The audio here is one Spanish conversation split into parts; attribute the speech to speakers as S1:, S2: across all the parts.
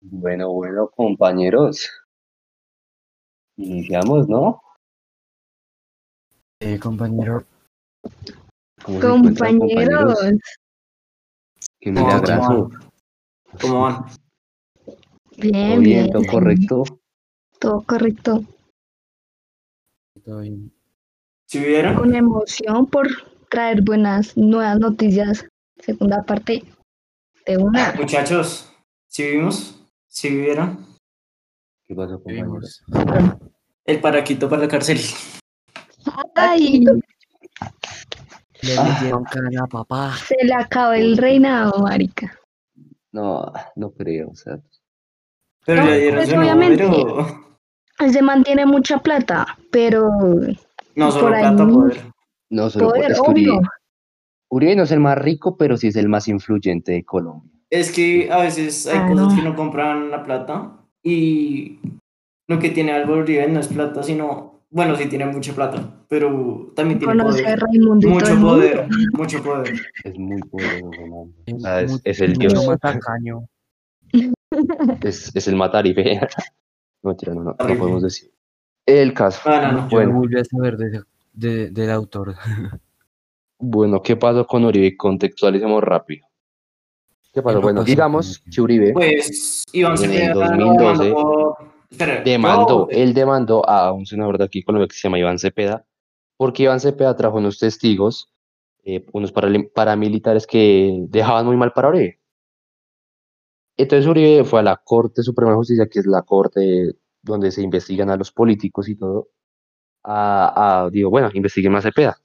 S1: Bueno, bueno, compañeros, iniciamos, ¿no?
S2: Eh, compañero,
S1: ¿Cómo se encuentran,
S3: Compañeros,
S1: Qué
S2: No,
S1: milagroso.
S2: ¿cómo
S4: ¿Cómo van?
S1: Todo
S3: bien,
S1: bien,
S3: bien,
S1: todo correcto.
S3: todo correcto.
S2: todo bien.
S4: ¿Sí vieron?
S3: Con emoción por traer buenas nuevas noticias. Segunda parte de una.
S4: Muchachos, ¿sí vimos? ¿Sí vieron?
S1: ¿Qué pasó,
S2: ¿Qué
S1: compañeros?
S2: vimos?
S4: El paraquito para la cárcel.
S3: Ay,
S2: Le
S1: Ah.
S2: metieron cara a papá.
S3: se le acabó el reinado, marica.
S1: No, no creo, o sea,
S4: Pero
S3: No,
S4: le dieron
S3: pues,
S4: su
S3: obviamente.
S4: número.
S3: Él se mantiene mucha plata, pero
S4: No solo
S3: Por ahí.
S4: plata, poder.
S1: no solo por-
S3: poder,
S1: es que
S3: obvio.
S1: Uribe, Uribe no es el más rico, pero sí es el más influyente de Colombia.
S4: Es que a veces hay
S3: Ah,
S4: cosas
S3: no.
S4: que no compran la plata y lo que tiene Álvaro Uribe no es plata, sino, bueno, sí tiene mucha plata, pero también tiene
S3: Conoce a
S4: poder.
S3: Raimundo y todo el
S4: Mucho
S3: mundo.
S4: poder, mucho poder.
S1: Es muy poderoso, Fernando. O
S2: Es
S1: sea, Ah, es,
S2: mu-
S1: es el
S2: mucho
S1: dios,
S2: más tacaño.
S1: es, es el matarife. No, mentira, no, no, no
S4: Horrible.
S1: podemos decir. El caso.
S4: No, no, no.
S2: Yo
S1: Bueno.
S2: no volví a saber de ese- de- del autor.
S1: Bueno, ¿qué pasó con Uribe? Contextualicemos rápido. ¿Qué pasó?
S2: no
S1: Bueno,
S2: pasó
S1: digamos
S2: con Uribe?
S1: que Uribe
S4: Pues Iván
S1: En el
S4: Cepeda
S1: 2012
S4: demandó por- Espera,
S1: demandó,
S4: no,
S1: él demandó a un senador de aquí Colombia que se llama Iván Cepeda, porque Iván Cepeda trajo unos testigos, eh, unos parali- paramilitares que dejaban muy mal para Uribe. Entonces Uribe fue a la Corte Suprema de Justicia, que es la corte donde se investigan a los políticos y todo, a, a- digo, bueno, investiguen más Cepeda.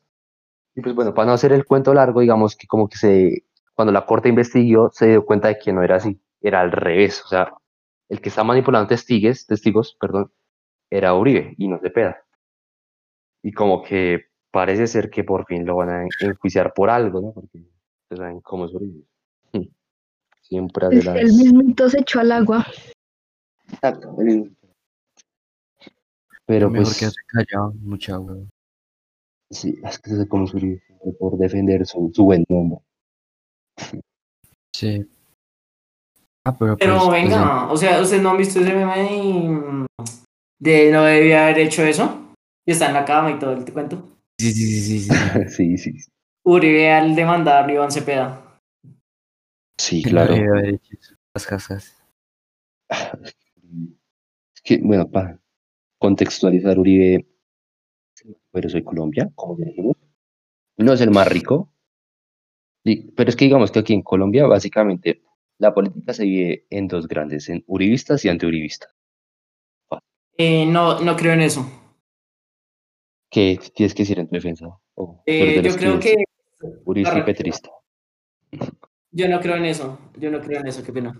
S1: Y pues bueno, para no hacer el cuento largo, digamos que como que se, cuando la corte investigó, se dio cuenta de que no era así, era al revés, o sea, el que está manipulando testigos, testigos, perdón, era Uribe y no Cepeda. Y como que parece ser que por fin lo van a enjuiciar por algo, ¿no? Porque ustedes saben cómo es Uribe. Siempre hace
S3: Pues
S1: las...
S3: el mismito se echó al agua.
S1: Exacto, el- Pero
S2: Mejor
S1: pues,
S2: que callado, mucha huevo.
S1: sí, es que se como Uribe por defender su, su buen nombre.
S2: Sí. Ah, pero,
S4: Pero
S2: pues, pues,
S4: venga, o sea, ¿ustedes no han visto ese meme y, mm, de no debía haber hecho eso? Y está en la cama y todo el cuento.
S2: sí, sí, sí, sí, sí, sí.
S1: sí, sí, sí.
S4: Uribe al demandar a Iván Cepeda.
S1: Sí, claro.
S2: Eh, haber hecho eso. Las casas.
S1: Es que, bueno, para contextualizar, Uribe, pero soy Colombia, como ya dijimos, no es el más rico, Di- pero es que digamos que aquí en Colombia, básicamente, la política se divide en dos grandes, en uribistas y antiuribistas.
S4: Eh, no, no creo en eso.
S1: ¿Qué tienes que decir en tu defensa? O tú eres
S4: Eh,
S1: de
S4: yo
S1: los
S4: creo
S1: es
S4: que.
S1: Uribista y
S4: Correcto.
S1: petrista.
S4: Yo no creo en eso. Yo no creo en eso, qué pena.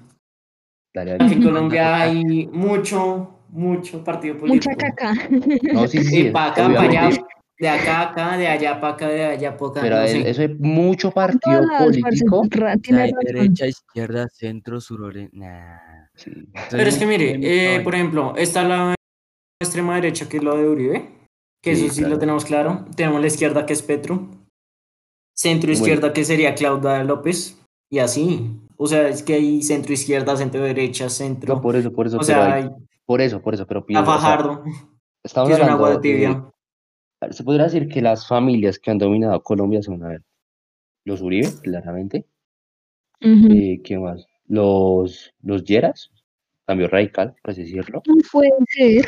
S1: Dale, dale.
S4: Aquí en Colombia hay mucho, mucho partido político.
S3: Mucha caca.
S1: No, sí, sí, sí,
S4: Y eh, para acá, para allá,
S1: obviamente,
S4: de acá, a acá, de allá, para acá, de allá, para acá.
S1: Pero
S4: no
S1: el-
S4: sé.
S1: eso es mucho partido
S3: Todos lados, parce,
S1: político.
S3: ra-
S2: O sea,
S3: tiene
S2: hay
S3: razón.
S2: derecha, izquierda, centro, suroriente. Nah.
S1: Sí.
S4: Pero es que mire, eh,
S2: por
S4: por ejemplo, está la extrema derecha que es lo de Uribe, que
S1: Sí,
S4: eso sí
S1: claro.
S4: lo tenemos claro. Tenemos la izquierda que es Petro, centro izquierda que sería Claudia López, y así. O sea, es que hay centro izquierda, centro derecha, centro.
S1: No, por eso, por eso,
S4: o
S1: pero
S4: sea,
S1: hay-
S4: hay
S1: por eso, por eso, pero
S4: a
S1: piensa, o sea,
S4: Fajardo,
S1: estamos
S4: que es un
S1: hablando
S4: agua
S1: de-
S4: tibia.
S1: se podría decir que las familias que han dominado Colombia son, a ver, los Uribe, claramente,
S3: Ujú.
S1: eh, ¿qué más? Los, los Lleras, cambio radical, por así decirlo,
S3: No puede ser.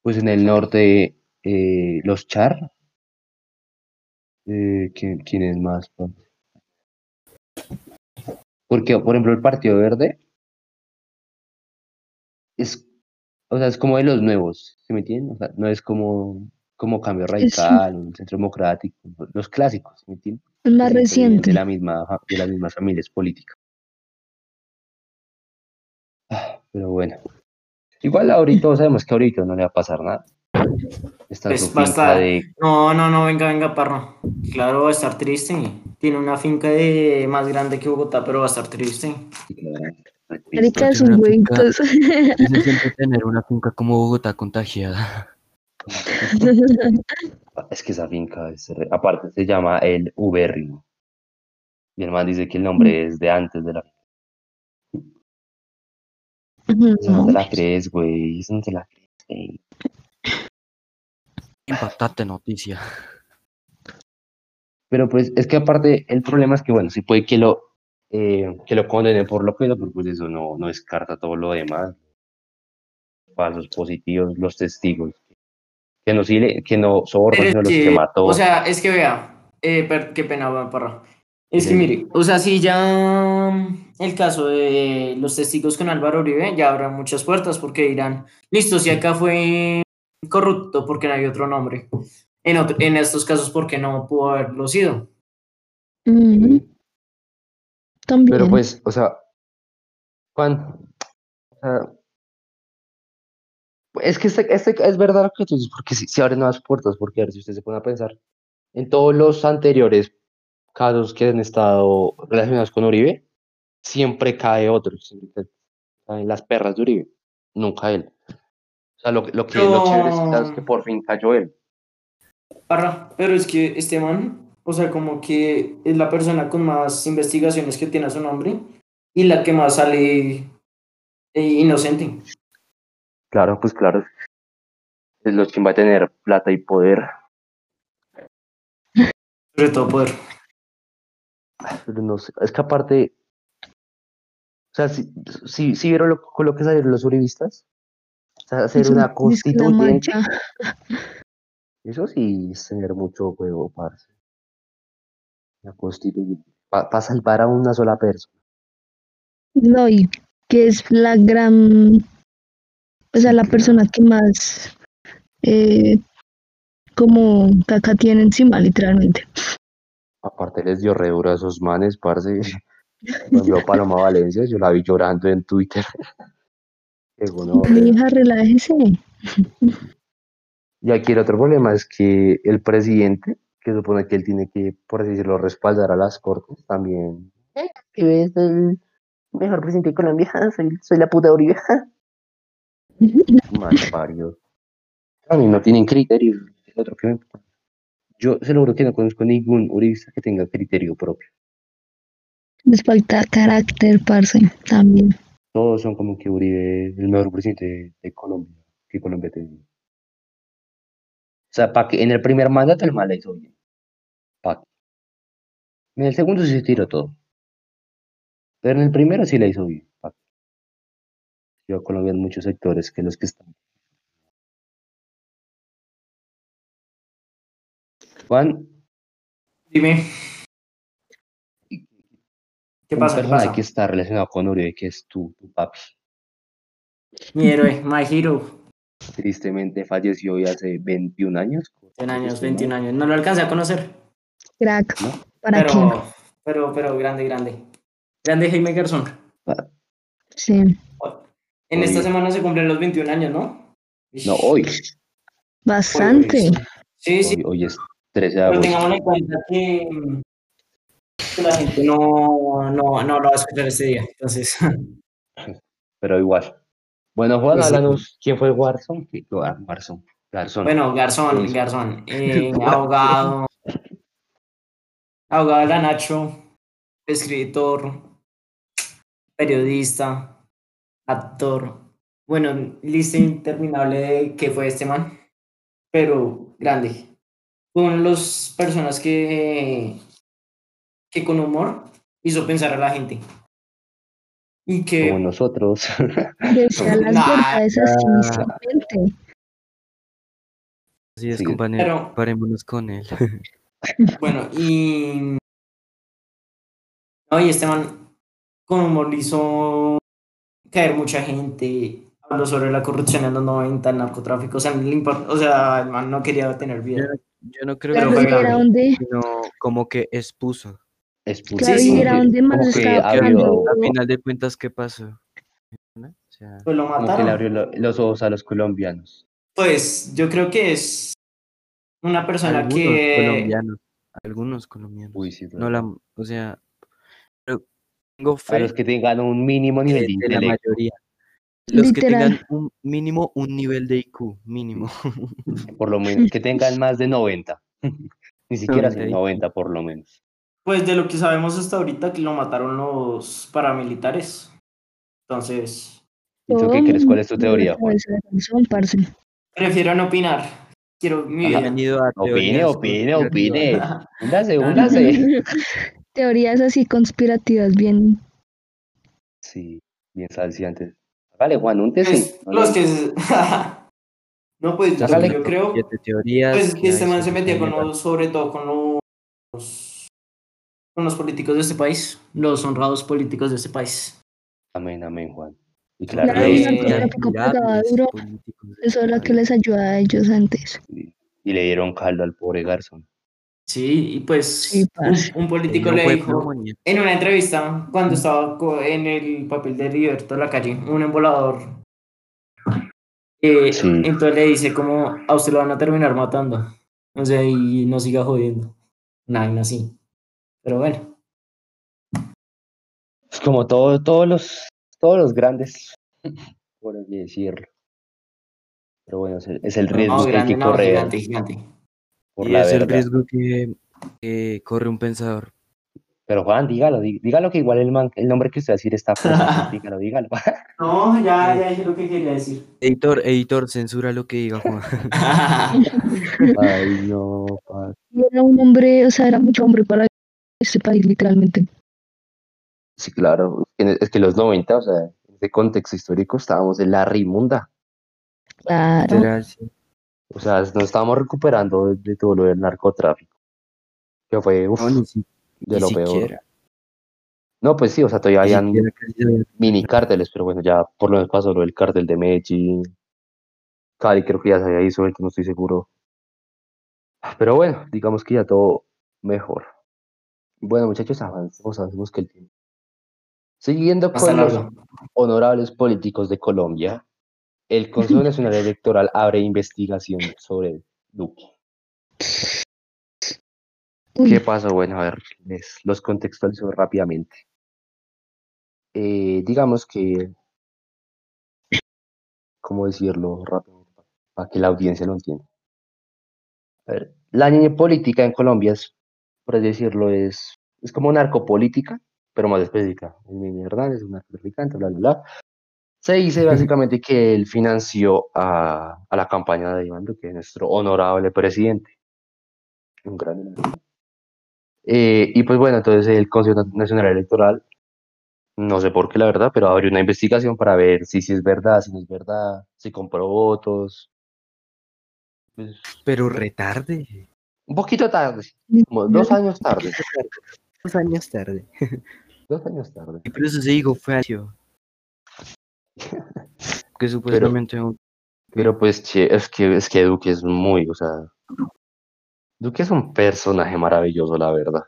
S1: pues en el norte, eh, los Char, eh, ¿quién, quién es más? pues? Porque, por ejemplo, el Partido Verde es, o sea, es como de los nuevos, ¿se me entienden? O sea, no es como, como cambio
S3: Sí, sí.
S1: radical, un centro democrático, los clásicos, ¿se me entienden?
S3: La
S1: que siempre vienen
S3: reciente.
S1: De la misma, fa- de las mismas familias políticas. Ah, Pero bueno. Igual ahorita todos sabemos que ahorita no le va a pasar nada. Está en
S4: Pues
S1: su
S4: va a
S1: finca
S4: estar-
S1: de
S4: No, no, no, venga, venga, parro. Claro, va a estar triste. Tiene una finca de más grande que Bogotá, pero va a estar triste.
S3: Marica,
S2: Tiene
S3: sus
S2: una finca.
S3: huevitos.
S2: Eso siempre tener una finca como Bogotá contagiada.
S1: Ah, Es que esa finca es re- aparte se llama el Ubérrimo.
S3: Mm.
S1: Mi hermano dice que el nombre es de antes de la No
S3: No,
S1: te la crees, güey. Eso no te la crees, güey.
S2: Impactante noticia.
S1: Pero pues es que aparte el problema es que, bueno, sí puede que lo, eh, que lo condenen por lo pedo, pero pues eso no, no descarta todo lo demás. Falsos positivos, los testigos. Que no, sile- que no sobornan,
S4: Pero es
S1: sino los
S4: que,
S1: que mató.
S4: O sea, es que vea, eh, per- qué pena, weón, parra. Es que
S1: Sí.
S4: mire, o sea, si ya mm, el caso de los testigos con Álvaro Uribe, ya habrá muchas puertas porque dirán, listo, si acá fue corrupto porque no hay otro nombre. En, otro- en estos casos, porque no pudo haberlo sido.
S3: ujú. También.
S1: Pero pues, o sea, Juan, o sea, es que este, este es verdad lo que tú dices, porque si, se abren nuevas puertas, porque a ver, si usted se pone a pensar, en todos los anteriores casos que han estado relacionados con Uribe, siempre cae otro, siempre caen las perras de Uribe, nunca él. O sea, lo, lo que lo chévere es que, sabes que
S4: No.
S1: por fin cayó él.
S4: Parra, pero es que este man, o sea, como que es la persona con más investigaciones que tiene a su nombre y la que más sale eh, inocente.
S1: Claro, pues claro. Es lo que va a tener plata y poder.
S4: Sobre todo poder.
S1: Pero no sé, es que aparte, o sea, si, si, si vieron lo, con lo que salieron los uribistas, o sea, hacer
S3: Eso
S1: una
S3: es que la
S1: constituyente,
S3: mancha.
S1: eso sí es tener mucho huevo, parce. Una constituyente, para salvar a una sola persona.
S3: No, y que es la gran, o sea, la persona que más eh, como caca tiene encima, literalmente.
S1: Aparte les dio re duro a esos manes, parce. Cuando vio Paloma Valencia, yo la vi llorando en Twitter. Qué
S3: Mi
S1: gonorrea.
S3: hija, relájese.
S1: Y aquí el otro problema es que el presidente, que supone que él tiene que, por así decirlo, respaldar a las cortes, también. Que es el mejor presidente de Colombia, soy, soy la puta Uribe. Mal parido. A mí no tienen criterio. el otro que me- Yo se lo juro que no conozco ningún uribista que tenga criterio propio.
S3: Les falta carácter, parce, también.
S1: Todos son como que Uribe es el mejor presidente de, de Colombia que Colombia ha tenido. O sea, para que en el primer mandato el mal la hizo bien. Pa' que. En el segundo sí se tiró todo. Pero en el primero sí la hizo bien. pa' que. Yo a Colombia en muchos sectores que los que están. Juan,
S4: Dime. ¿Qué
S1: un
S4: pasa? ¿Qué
S1: personaje
S4: pasa?
S1: que está relacionado con Uribe, que es tu, tu papi,
S4: Mi héroe, My Hero.
S1: tristemente falleció hoy hace 21 años.
S4: 21 años,
S1: Estoy mal.
S4: 21 años. No lo alcancé a conocer.
S3: Crack,
S1: ¿No?
S3: ¿para qué?
S4: pero, pero, pero, grande, grande. Grande Jaime Garzón.
S3: Sí,
S4: En
S1: Hoy.
S4: esta semana se cumplen los 21 años, ¿no?
S1: No, pues, hoy.
S3: bastante.
S4: Sí, sí.
S1: Hoy, hoy es 13 de
S4: Pero
S1: agosto.
S4: tengamos en cuenta que, mm, que la gente no, no, no lo va a escuchar este día. Entonces,
S1: pero igual. Bueno, Juan,
S4: Pues sí.
S1: háblanos. ¿Quién fue Warzone? ¿Qué- ah, Warzone. Garzón.
S4: bueno, Garzón,
S1: Sí.
S4: Garzón. eh, abogado. Abogado de la Nacho. Escritor. Periodista. Actor. Bueno, lista interminable de qué fue este man. Pero grande. Con las personas que. que con humor hizo pensar a la gente. Y que.
S1: como nosotros. Pues,
S3: Decía las
S4: Nah,
S3: verdades así,
S1: nah.
S3: simplemente.
S2: Así es,
S1: Sí.
S2: compañero.
S4: Pero-
S2: Parémonos con él.
S4: Bueno, y. No, y este man con humor le hizo caer mucha gente. Habló sobre la corrupción en los 90, el narcotráfico. O sea, no le import- o sea, el man no quería tener vida.
S2: Yo no creo
S3: Claro,
S4: fue
S2: que
S3: y
S4: grave.
S3: era
S2: fue
S3: donde,
S2: sino como que expuso.
S1: Expulsó.
S3: claro,
S4: sí,
S3: y
S1: Como
S3: era
S1: que-
S3: donde más
S1: como que
S3: estaba
S1: abrió-
S3: poniendo-
S2: Al final de cuentas, ¿qué pasó? ¿No? O sea,
S4: Pues lo
S1: como que le
S4: mataron.
S1: abrió lo- los ojos a los colombianos.
S4: Pues yo creo que es una persona
S2: algunos
S4: que.
S2: colombianos. Algunos colombianos.
S1: Uy, sí,
S2: no la, o sea, pero tengo
S1: a
S2: fe
S1: los que tengan un mínimo nivel
S2: que
S1: de
S2: de la
S1: intelecto.
S2: mayoría. Los que
S3: Literal.
S2: tengan un mínimo un nivel de IQ, mínimo.
S1: Por lo menos, que tengan más de 90. Ni siquiera
S2: Noventa
S1: son
S2: y-
S1: 90 por lo menos.
S4: Pues de lo que sabemos hasta ahorita, que lo mataron los paramilitares. Entonces.
S1: ¿Y tú qué crees? ¿Cuál es tu teoría, Juan?
S3: Son, parce.
S4: Prefiero no opinar. Quiero mi
S1: Ajá.
S4: vida.
S2: Bienvenido a
S1: Opine,
S2: teorías
S1: opine, opine.
S2: conspirativas.
S1: Úndase, úndase.
S3: Teorías así conspirativas, bien.
S1: Sí, bien salciantes. Vale, Juan, úntese.
S4: Pues, los que. se- no, pues yo,
S1: Hágale.
S4: yo creo.
S2: Siete teorías.
S4: Pues que
S2: ya
S4: este man
S2: hice
S4: se metía con
S2: mierda.
S4: los, sobre todo con los. Con los políticos de este país. Los honrados políticos de este país.
S1: Amén, amén, Juan. Y
S3: Claro,
S1: claro,
S4: Claro,
S1: los-
S2: Ya,
S4: y- narcotráfico
S2: miradas,
S3: pegaba duro.
S2: políticos.
S3: Eso era lo que les ayudaba a ellos antes.
S1: y le dieron caldo al pobre Garzón.
S4: Sí, y pues.
S3: Sí,
S4: un,
S3: parce.
S4: un político
S2: No
S4: le
S2: fue
S4: dijo.
S2: pulmonía.
S4: En una entrevista, cuando estaba co- en el papel de Liberto la calle, un embolador. eh,
S1: Sí.
S4: Entonces le dice como a usted lo van a terminar matando. O sea, y no siga jodiendo. Nada, no así. Pero bueno,
S1: Es como todo, todos los, todos los grandes, por así decirlo. Pero bueno, es el, es el riesgo
S4: no,
S1: que hay
S4: grande,
S1: que
S4: no,
S1: correr
S4: gigante, gigante.
S1: por
S2: Y
S1: la
S2: es el
S1: verdad.
S2: riesgo que, que corre un pensador.
S1: Pero Juan, dígalo, dí- dígalo que igual el, man, el nombre que usted va a decir está puesto, pues, dígalo, dígalo.
S4: No, ya, ya dije lo que quería decir.
S2: Editor, editor, censura lo que diga Juan.
S1: Ay, no, Juan.
S3: Y Era un hombre, o sea, era mucho hombre para este país, literalmente.
S1: Sí, claro, en- es que los 90, o sea, en ese contexto histórico estábamos en la rimunda.
S3: Claro.
S2: Literal, sí.
S1: O sea, nos estábamos recuperando de, de todo lo del narcotráfico. Que fue, uf,
S2: No, ni, si-
S1: de
S2: ni
S1: lo peor.
S2: siquiera.
S1: No, pues sí, o sea, todavía
S2: ni
S1: habían
S2: siquiera casi se ve.
S1: mini cárteles, pero bueno, ya por lo menos pasó lo del cártel de Medellín. Cali creo que ya se había hizo, ahorita no estoy seguro. Pero bueno, digamos que ya todo mejor. Bueno, muchachos, avancemos, avancemos que el tiempo. Siguiendo
S4: Hasta
S1: con los
S4: luego.
S1: honorables políticos de Colombia, el Consejo Nacional Electoral abre investigación sobre Duque.
S3: Uy.
S1: ¿Qué pasó? Bueno, a ver, les los contextualizo rápidamente. Eh, digamos que, ¿cómo decirlo rápido? Para que la audiencia lo entienda. A ver, la niña política en Colombia es, por así decirlo, es, es como narcopolítica, pero más específica. Es Mimi Hernández, es un narcotraficante, bla, bla, bla. Se dice básicamente que él financió a, a la campaña de Iván Duque, nuestro honorable presidente. Un gran honorable. Eh, y pues bueno, entonces el Consejo Nacional Electoral, no sé por qué la verdad, pero abrió una investigación para ver si, si es verdad, si no es verdad, si compró votos. Pues,
S2: Pero retarde.
S1: un poquito tarde, como dos años tarde,
S2: Dos años tarde.
S1: dos años tarde.
S2: Y por eso se digo fallo. Que supuestamente un-
S1: Pero pues, che, es que, es que Duque es muy, o sea, Duque es un personaje maravilloso, la verdad.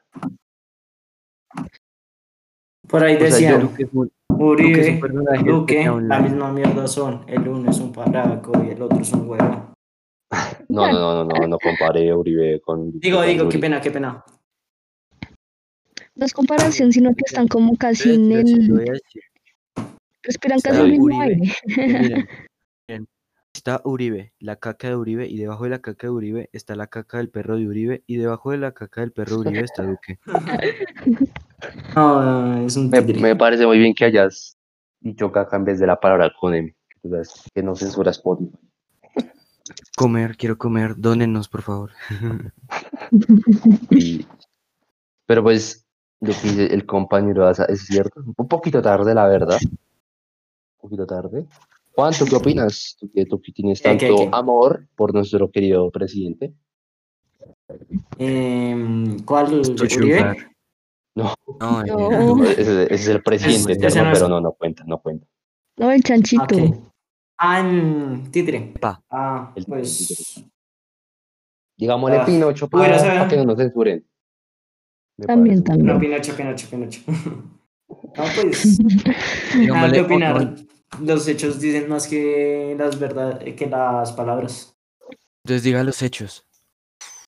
S4: Por ahí
S1: sea,
S4: decían,
S1: yo-
S2: Duque es un- Duque es un
S4: Uribe,
S2: personaje que
S4: Duque,
S2: está online.
S4: la misma mierda son. El uno es un paráco y el otro es un huevo.
S1: No, no, no, no, no, no compare a Uribe con Duque,
S4: Digo,
S1: con
S4: digo, qué
S1: Uribe.
S4: pena, qué pena.
S3: No es comparación, sino que están como casi
S2: Pero
S3: en
S2: sí lo
S3: el.
S2: voy a decir.
S3: Respiran casi
S1: Sabe
S3: el mismo
S2: Uribe.
S3: aire.
S2: Miren, miren, Pues Está Uribe, la caca de Uribe, y debajo de la caca de Uribe está la caca del perro de Uribe, y debajo de la caca del perro de Uribe está Duque.
S4: No, no, no, es un
S1: Me,
S4: tigre.
S1: me parece muy bien que hayas dicho caca en vez de la palabra con M, que tú sabes que no censuras por
S2: Comer, quiero comer, dónenos, por favor.
S1: Y- Pero pues, lo que dice el compañero Asa es cierto, un poquito tarde, la verdad. Un poquito tarde. Juan, ¿tú qué opinas? Tú que, tú que tienes
S4: ¿Qué, qué,
S1: tanto
S4: qué?
S1: amor por nuestro querido presidente.
S4: Em, ¿Cuál?
S2: Tu
S4: Uribe?
S2: sugar.
S1: No.
S2: No, eh,
S3: No.
S1: Ese, ese es el presidente
S4: ese
S1: eterno,
S4: no es-
S1: pero no, no cuenta, no cuenta.
S3: No, el
S4: Ah,
S3: chanchito.
S4: ok. Ah, en Titre.
S2: Pa.
S4: Ah,
S1: El
S4: pues.
S1: Digámosle
S4: Ah,
S1: Pinocho para,
S4: hubiera sabido.
S1: para que no nos censuren. Me
S3: También,
S1: parece.
S3: también.
S4: No, Pinocho, Pinocho, Pinocho. No, pues. Nada
S2: digámosle,
S4: que
S2: oh,
S4: opinar.
S2: no,
S4: Los hechos dicen más que las verdad, que las palabras.
S2: Entonces diga los hechos.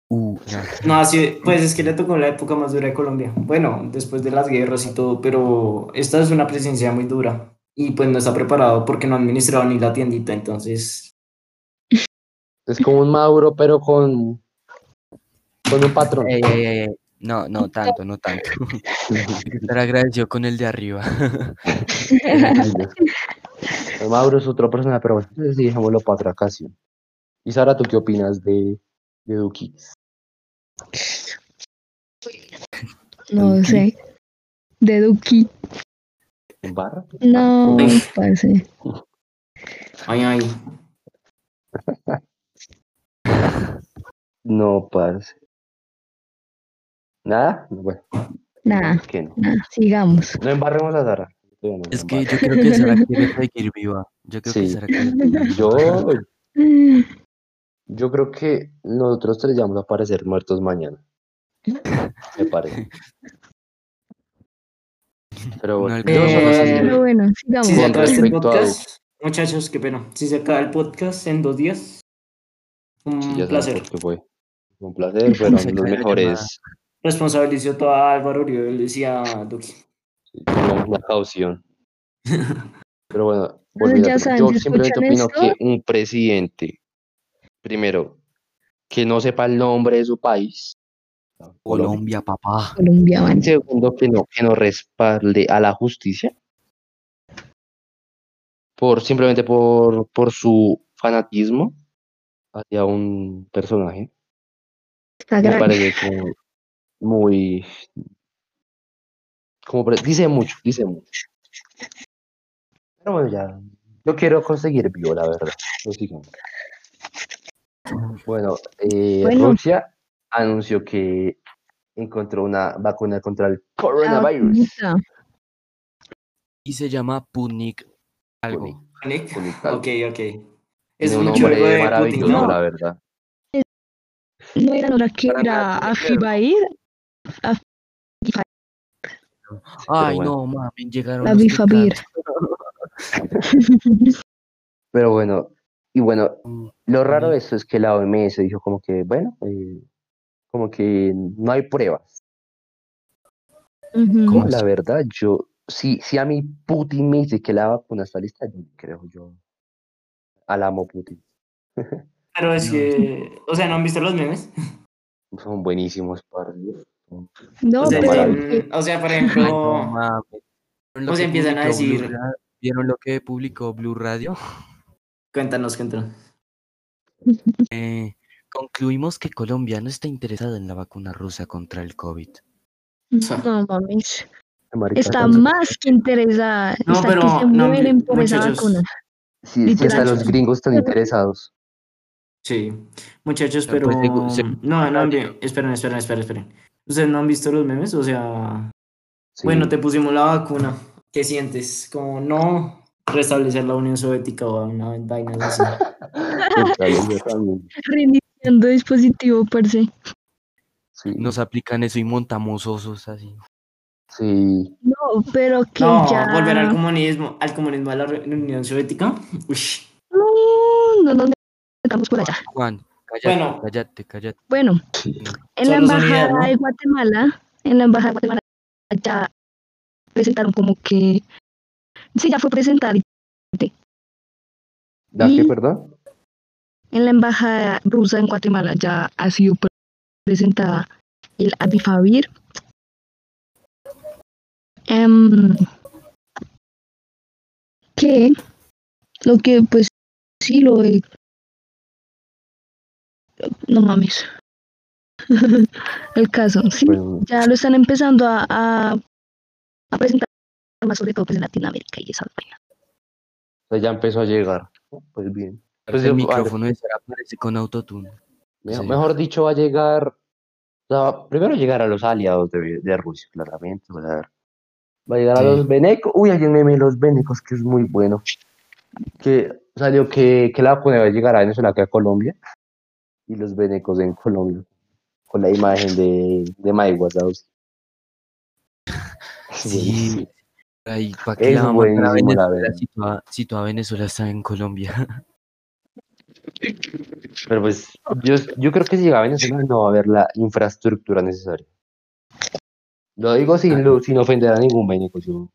S2: Uh, ya.
S4: No, así, pues es que le tocó la época más dura de Colombia. Bueno, después de las guerras y todo, pero esta es una presencia muy dura. Y pues no está preparado porque no ha administrado ni la tiendita, entonces.
S1: Es como un Mauro, pero con, con un patrón.
S2: Ey, ey, ey, ey. No, no tanto, no tanto. Hay que estar agradecido con el de arriba.
S1: Ay, Dios. Mauro es otra persona, pero bueno, entonces dejémoslo para otra ocasión. Y Sara, ¿tú qué opinas de, de Duki?
S3: No
S2: Duki.
S3: sé. De Duki.
S1: ¿Barra?
S3: No,
S4: Uy.
S3: parce.
S4: Ay, ay.
S1: No, parce. ¿Nada? Bueno,
S3: Nada,
S1: que no.
S3: nada, sigamos.
S1: No embarremos a Sara. Yo no la
S2: Es que
S1: embarro.
S2: yo creo que Sara quiere seguir viva. Yo creo que
S1: Sí.
S2: Sara quiere seguir viva.
S1: yo, yo creo que nosotros tres ya vamos a aparecer muertos mañana. Me parece. Pero bueno,
S2: No,
S1: yo solo
S4: eh,
S1: sé-
S3: Pero bueno, sigamos.
S4: Si se
S1: Con
S4: acaba este
S1: respecto a
S4: podcast, muchachos, qué pena. Si se acaba el podcast en dos días, un
S1: Sí, ya saben
S4: placer.
S1: por qué fue. Un placer, fueron
S2: Se
S1: los
S2: cae la
S1: mejores.
S4: Responsabilizo todo a Álvaro Uribe y a Duque.
S1: Tomamos la caución. Pero bueno,
S3: Bueno,
S1: volviendo a
S3: ya
S1: lo-
S3: saben,
S1: yo
S3: si
S1: simplemente opino
S3: escuchan
S1: que un presidente, primero, que no sepa el nombre de su país,
S2: Colombia, papá.
S3: Colombia, man.
S1: Segundo, que no, que no respalde a la justicia. Por, simplemente por, por su fanatismo hacia un personaje.
S3: Está
S1: Me
S3: grande.
S1: parece como muy. Como pre- dice mucho, dice mucho. Pero bueno, ya. Yo quiero conseguir vivo, la verdad. Lo sigamos. Bueno, eh,
S3: Bueno.
S1: Rusia anunció que encontró una vacuna contra el coronavirus.
S3: Ah,
S2: Y se llama Punik algo.
S1: Punic-
S4: Nick.
S1: Punic algo.
S4: Ok, ok. Es
S1: Tiene
S4: un
S1: un
S4: juego
S1: nombre
S4: de Putin,
S1: maravilloso,
S4: ¿no?
S1: la verdad.
S3: No era Nora que
S1: Para
S3: era
S1: nada,
S3: Afibair. Af-
S2: Ay,
S1: bueno.
S2: no, mami, llegaron
S3: La
S2: los
S3: Bifabir.
S2: tucanes.
S1: Pero bueno, y bueno,
S2: Mm,
S1: lo raro
S2: Ujú.
S1: de esto es que la OMS dijo como que, bueno, eh, como que no hay pruebas.
S3: Ujú.
S2: ¿Cómo?
S1: La
S2: así?
S1: verdad, yo, si, si a mí Putin me dice que la vacuna está lista, yo creo yo al amo Putin.
S4: Pero es
S2: No.
S4: que, o sea, ¿no han visto los memes?
S1: Son buenísimos partidos.
S3: No,
S4: o, sea,
S1: pero-
S4: son- o sea, por ejemplo,
S2: Ay, no, mames. ¿Vieron lo
S4: ¿Cómo se
S2: que
S4: empiezan a
S2: publicó Blue
S4: decir?
S2: Ra- ¿Vieron lo que publicó Blue Radio?
S4: cuéntanos, cuéntanos.
S2: Eh, concluimos que Colombia no está interesada en la vacuna rusa contra el COVID.
S3: No mames. Está más que interesada.
S4: No,
S3: está
S4: pero
S3: que se
S4: no,
S3: mueren por esa
S4: muchachos.
S3: vacuna.
S1: Si están
S3: literal.
S1: los gringos tan interesados.
S4: Sí, muchachos,
S2: Ah,
S4: pero.
S2: pues, segu- segu-
S4: No, no han vi- Esperen, esperen, esperen, esperen. ¿Ustedes no han visto los memes? O sea,
S1: Sí.
S4: bueno, te pusimos la vacuna. ¿Qué sientes? Como no restablecer la Unión Soviética o una vaina así.
S1: Puta, yo también,
S3: Reiniciando dispositivo, parce.
S1: sí,
S2: Nos aplican eso y montamos osos así.
S1: sí.
S3: No, pero que
S4: No,
S3: ya.
S4: volver al comunismo, al comunismo de la Re- Unión Soviética. Uy,
S3: No, no nos metamos por allá.
S2: Juan, cállate,
S4: Bueno.
S2: cállate, cállate.
S3: Bueno, en la
S4: Solo son ideas,
S3: embajada
S4: ¿no?
S3: de Guatemala, en la embajada de Guatemala ya presentaron como que sí ya fue presentada
S1: ¿Da qué,
S3: Y-
S1: perdón?
S3: en la embajada rusa en Guatemala ya ha sido pre- presentada el Abifavir. Em, que lo que pues sí lo he- no mames el caso sí
S1: Bueno,
S3: ya lo están empezando a, a, a presentar más sobre todo pues en Latinoamérica y esa vaina.
S1: o sea, ya empezó a llegar. Pues bien. Pues
S2: el
S1: yo-
S2: micrófono de Sara aparece con autotune.
S1: Mejo-
S2: Sí.
S1: Mejor dicho, va a llegar, o sea, primero llegar a los aliados de, de Rusia, claramente. o sea, va a llegar a
S2: Sí.
S1: los venecos. Uy, hay un meme de los venecos que es muy bueno. Que salió que, que la vacuna va a llegar a Venezuela, que a Colombia. Y los venecos en Colombia. Con la imagen de, de Mike Wazowski. Es
S2: Sí.
S1: buenísimo.
S2: Ay, ¿para
S1: Es
S2: qué la vamos a mandar a
S1: buenísimo, la
S2: Venezuela
S1: verdad.
S2: si toda, si toda Venezuela está en Colombia?
S1: Pero pues, yo, yo creo que si llega a Venezuela no va a haber la infraestructura necesaria. Lo digo sin, lu- sin ofender a ningún veneco. yo-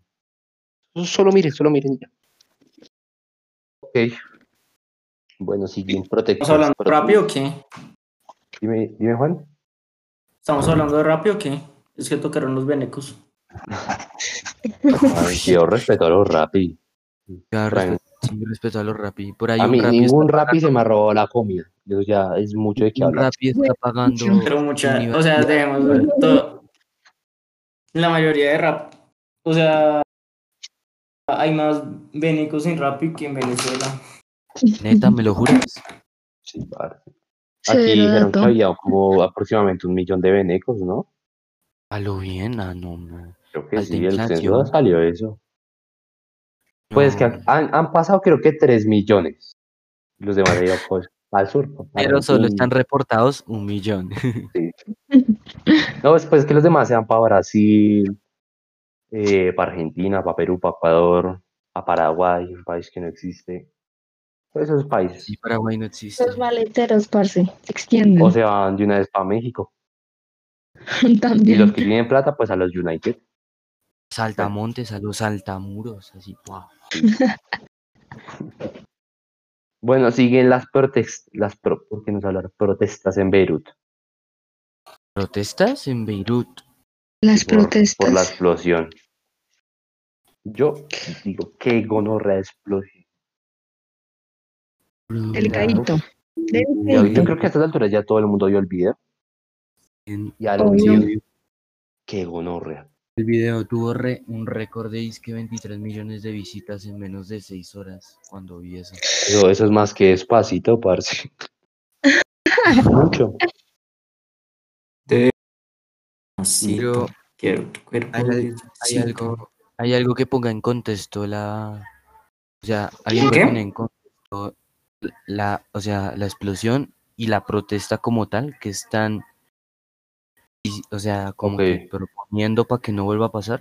S1: Solo miren, solo miren y ya. Ok. Bueno, siguiente. Protectores.
S4: ¿Estamos hablando
S1: protectores.
S4: rápido o qué?
S1: Dime, dime, Juan.
S4: ¿Estamos hablando rápido o qué? Es que tocaron los venecos.
S1: Ay, yo respeto a los rapi.
S2: Ya,
S1: Tran-
S2: respeto, sin respeto a los rapi. Por ahí
S1: A
S2: un
S1: mí
S2: rapi
S1: ningún
S2: está
S1: rapi se me robó la comida. Eso ya es mucho de qué
S2: Un
S1: hablar.
S2: rapi está pagando.
S4: Pero mucha, o
S2: universidad.
S4: sea, dejemos ver todo. La mayoría de rap, o sea, hay más venecos en rap que en Venezuela.
S2: Neta, me lo juras.
S1: Sí, parce.
S3: Cero
S1: Aquí dijeron que
S3: dato.
S1: había como aproximadamente un millón de venecos, ¿no?
S2: A lo bien, ah, no, no.
S1: Creo que
S2: Alta
S1: sí, el censo
S2: inflación.
S1: salió eso. Pues que
S2: No.
S1: han, han- han pasado creo que 3 millones. Los demás han ido, pues, al sur.
S2: Pero solo
S1: están
S2: están reportados un millón.
S1: No, pues, pues que los demás sean para Brasil, eh, para Argentina, para Perú, para Ecuador, a Paraguay, un país que no existe. Todos esos países.
S2: Sí, Paraguay no existe.
S3: Los maleteros, parce, se extienden
S1: O se van de una vez para México. Y los
S3: también.
S1: que tienen plata, pues a los United.
S2: Saltamontes, a los saltamuros, así. ¡guau!
S1: Bueno, siguen las protestas, las pro- ¿por qué no se habla? protestas en Beirut
S2: Protestas en Beirut.
S3: Las
S1: por,
S3: protestas.
S1: por la explosión. Yo digo, qué gonorrea de explosión.
S3: El caíto.
S1: Yo,
S3: Del
S1: yo creo que a estas alturas ya todo el mundo vio el video.
S2: En-
S1: Y al
S3: Obvio.
S1: tío, qué gonorrea.
S2: El video tuvo re- un récord de disque 23 millones de visitas en menos de 6 horas cuando vi eso.
S1: Eso, eso es más que despacito, parce. Mucho.
S4: Así
S2: Pero
S4: quiero tu cuerpo.
S2: hay, al- hay
S4: sí.
S2: algo, hay algo que ponga en contexto la... O sea, alguien que
S4: ¿Qué?
S2: pone en contexto la, o sea, la explosión y la protesta como tal que están, y- o sea, como que
S1: Ok.
S2: proponiendo para que no vuelva a pasar.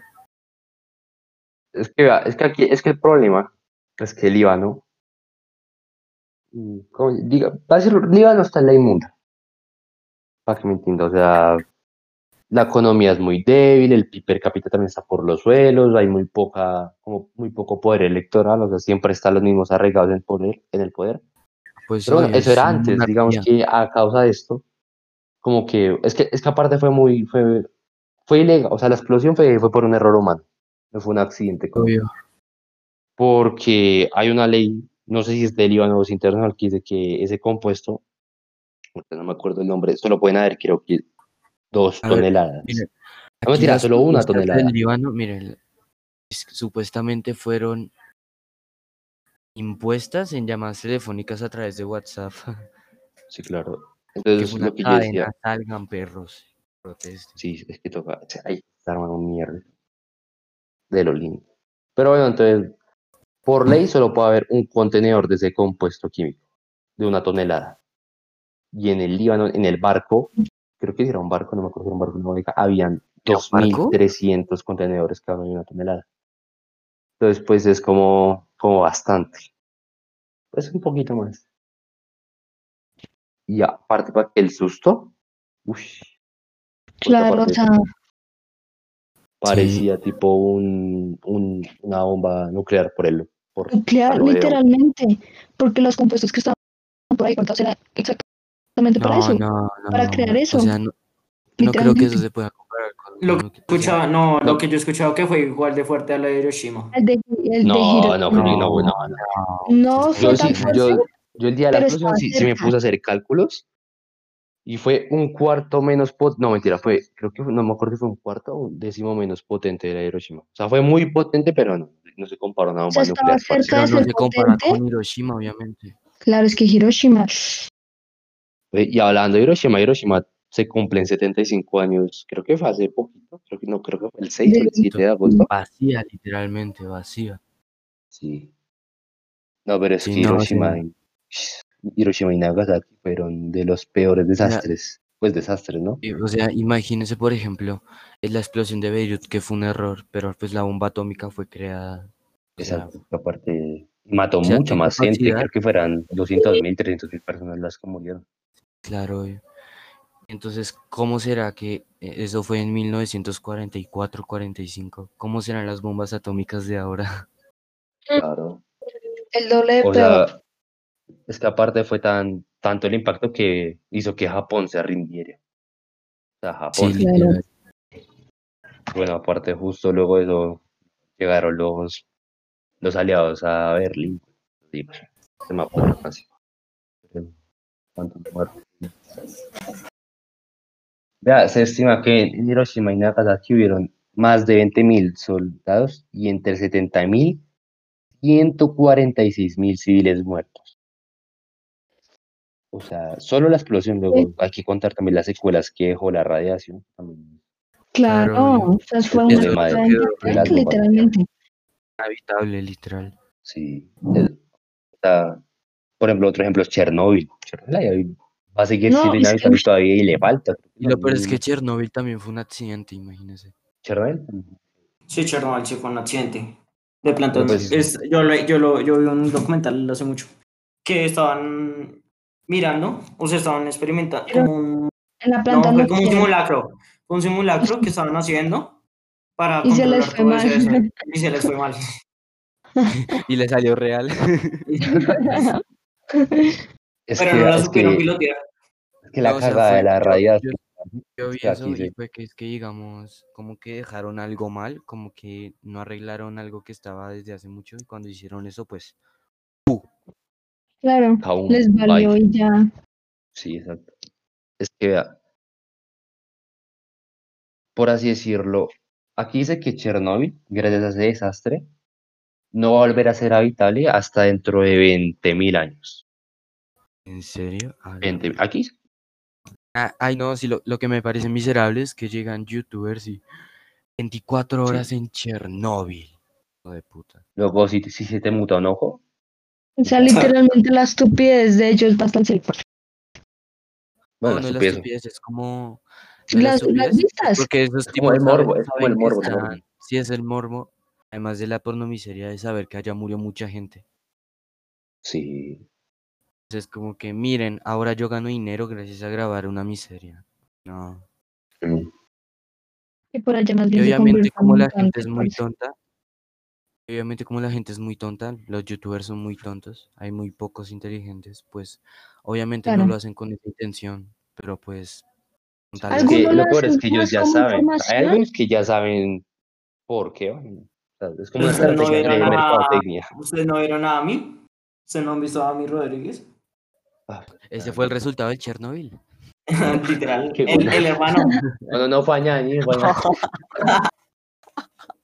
S1: Es que, vea, es que aquí, es que el problema es que el Líbano, mm, ¿cómo se- diga, va a ser, Líbano está en la inmunda. Para que me entienda, o sea, la economía es muy débil, el PIB per cápita también está por los suelos, hay muy poca, como muy poco poder electoral, o sea, siempre están los mismos arregados en el poder, en el poder.
S2: Pues
S1: Pero bueno,
S2: obvio,
S1: eso
S2: es
S1: era
S2: una
S1: antes, digamos
S2: monarquía.
S1: que a causa de esto, como que, es que, es que aparte fue muy, fue, fue ilegal, o sea, la explosión fue, fue por un error humano, no fue un accidente. como-
S2: Obvio.
S1: Porque hay una ley, no sé si es del Líbano o es internacional, que dice que ese compuesto, ahorita no me acuerdo el nombre, solo pueden haber, creo que dos
S2: A ver,
S1: toneladas.
S2: mire,
S1: No, mentira,
S2: las
S1: solo una
S2: protestas
S1: tonelada.
S2: del Líbano, miren, supuestamente fueron impuestas en llamadas telefónicas a través de WhatsApp.
S1: Sí, claro.
S2: Que
S1: Entonces,
S2: fue una
S1: lo que yo decía,
S2: cadena, salgan perros, protesten.
S1: Sí, es que toca. o sea, Ahí está armando un mierda. De lo lindo. Pero bueno, entonces, por
S2: Mm.
S1: ley solo puede haber un contenedor de ese compuesto químico de una tonelada. Y en el Líbano, en el barco, creo que si era un barco, no me acuerdo si era un barco, una bodega, habían
S2: ¿Era un barco?
S1: 2.300 contenedores cada uno de una tonelada. Entonces, pues es como, como bastante. Pues un poquito más. Y aparte, pa- el susto. Uy. pues,
S3: Claro, o sea,
S1: Parecía tipo un, un- una bomba nuclear por el por
S3: nuclear,
S1: Algo de-
S3: literalmente. Porque los compuestos que estaban por ahí cortados eran exactamente para eso.
S2: no,
S3: para
S2: no,
S3: crear
S2: o
S3: eso,
S2: sea, no, no creo que eso
S3: literalmente.
S2: se pueda comparar con
S4: Lo
S2: con
S4: que
S2: o sea,
S4: escuchaba, no,
S1: no.
S4: lo que yo escuchaba que fue igual de fuerte a la de Hiroshima.
S3: El de, el de
S1: No,
S3: Hiroshima.
S1: no,
S2: no,
S1: no, no, no. Yo,
S3: No fue
S1: sí,
S3: tan
S2: sí,
S3: fuerte.
S1: yo, yo el día de la
S3: pero
S1: explosión
S3: estaba
S1: sí, sí me
S3: cerca.
S1: puse a hacer cálculos y fue un cuarto menos potente, no mentira, fue, creo que fue- no me acuerdo si fue un cuarto o un décimo menos potente de la de Hiroshima. O sea, fue muy potente, pero no, no se comparó a una
S3: O sea,
S1: bomba
S3: estaba
S1: nuclear. parce.
S3: cerca
S2: pero
S3: de
S2: no
S3: ser
S2: se compara
S3: potente.
S2: con Hiroshima, obviamente.
S3: Claro, es que Hiroshima.
S1: Eh, Y hablando de Hiroshima, Hiroshima se cumplen 75 años, creo que fue hace poquito, creo que no, creo que fue el 6 o el
S3: Delito.
S1: 7 de agosto.
S2: Vacía, literalmente, vacía.
S1: Sí. No, pero es
S2: Sí,
S1: que
S2: no,
S1: Hiroshima,
S2: sí.
S1: y- Hiroshima y Nagasaki fueron de los peores desastres. Pues desastres, ¿no?
S2: Eh, O sea, imagínese, por ejemplo, eh, la explosión de Beirut, que fue un error, pero pues la bomba atómica fue creada. O sea,
S1: Exacto. Aparte, mató
S2: o sea,
S1: mucha
S2: qué
S1: más gente.
S2: capacidad.
S1: Creo que fueran 200.000, 300.000 personas las que murieron.
S2: claro. obvio. Entonces, ¿cómo será que eh, eso fue en 1944-45? ¿Cómo serán las bombas atómicas de ahora?
S1: Claro.
S3: El doble de
S1: O
S3: peor.
S1: sea, es que aparte fue tan tanto el impacto que hizo que Japón se rindiera. O sea, Japón.
S2: Sí,
S3: claro.
S2: literal.
S1: Bueno, aparte, justo luego de eso llegaron los, los aliados a Berlín. tipo. Se me apodera casi.
S5: ¿Cuántos muertos?
S1: Vea, se estima que en Hiroshima y Nagasaki hubieron más de 20.000 soldados y entre 70.000 146.000 civiles muertos. O sea, solo la explosión, luego hay que contar también las secuelas que dejó la radiación. también.
S3: Claro,
S2: Claro,
S3: o sea, fue
S1: Es
S3: una
S1: de madre,
S3: cosa
S2: quedó
S3: impactante,
S1: pelado,
S3: literalmente.
S2: Habitable, literal.
S1: Sí. es- está- por ejemplo, otro ejemplo es Chernóbil. Chernóbil ahí va a seguir
S3: No,
S1: siendo
S3: es que-
S1: inhabitable todavía y le falta.
S2: Y lo peor es que Chernobyl también fue un accidente, imagínese.
S1: Chernóbil.
S4: Sí, Chernobyl sí fue un accidente de plantas.
S1: Pues-
S4: Es- yo, lo- yo, lo- yo vi un documental hace mucho que estaban mirando, o sea, estaban experimentando
S3: Pero
S4: como un,
S3: En la
S4: no,
S3: planta
S4: fue
S3: no,
S4: como un
S3: quieren.
S4: simulacro, fue un simulacro que estaban haciendo para
S3: Y se les
S4: controlar
S3: fue
S4: todo ese-
S3: mal.
S4: ese- y se les fue mal.
S2: Y le salió real.
S1: Es
S4: Pero
S1: que,
S4: no la
S1: es
S4: supieron
S1: que-
S4: pilotear.
S1: es que la
S2: No, o sea,
S1: cagada de
S2: fue-
S1: la
S2: yo-
S1: radiación.
S2: yo- Yo vi
S1: que
S2: eso
S1: aquí
S2: y
S1: se-
S2: fue que es que digamos, como que dejaron algo mal, como que no arreglaron algo que estaba desde hace mucho y cuando hicieron eso, pues
S3: Claro,
S1: Aún,
S3: les valió
S1: bye.
S3: y ya.
S1: Sí, exacto. Es que vea, por así decirlo, aquí dice que Chernóbil, gracias a ese desastre, no va a volver a ser habitable hasta dentro de 20.000 años.
S2: ¿En serio? Ah, no.
S1: 20.000, aquí dice,
S2: Ah, ay, no, sí, lo, lo que me parece miserable es que llegan youtubers y 24
S1: Sí.
S2: horas en Chernóbil. Hijo de puta.
S1: Luego, si, si se te muta un ojo,
S3: O sea, literalmente la estupidez de ellos es bastante fuerte.
S1: bueno,
S2: Ah,
S4: Ah,
S2: no, no
S1: la
S2: es la
S1: estupidez,
S2: estupidez, es como. no es la
S3: Las, las
S2: estupidez,
S3: vistas.
S2: Porque esos
S1: Es como
S2: tipos
S1: el
S2: saben-
S1: morbo, es como
S2: saben
S1: el
S2: que
S1: morbo, el morbo.
S2: están- Sí, es el morbo. Además de la pornomisería de saber que allá murió mucha gente.
S1: Sí,
S2: Entonces, como que miren, ahora yo gano dinero gracias a grabar una miseria. No.
S1: mm,
S3: Y por allá más
S2: Y
S3: bien se
S2: obviamente,
S3: convirtió en
S2: como
S3: un
S2: la gente
S3: tanto,
S2: es muy
S3: pues.
S2: tonta, y obviamente, como la gente es muy tonta, los youtubers son muy tontos, hay muy pocos inteligentes, pues obviamente no
S3: Claro.
S2: lo hacen con esa intención, pero pues. con tal de-
S1: Es que
S3: Algunos
S1: lo
S3: lo
S1: peor es
S3: hacen
S1: que ellos
S3: más
S1: ya
S3: como
S1: saben. Hay
S3: información.
S1: algunos que ya saben por qué van. O sea, es como una
S4: Ustedes no
S1: estrategia
S4: vieron
S1: de
S4: a-
S1: mercadotecnia.
S4: ¿Ustedes no vieron a Ami? ¿Ustedes no han visto a Ami Rodríguez?
S1: Ah,
S2: Ese fue el resultado de Chernobyl.
S4: Literal,
S1: Qué
S4: el,
S1: bueno.
S4: el hermano.
S1: Bueno, no fue Añani, fue Añani.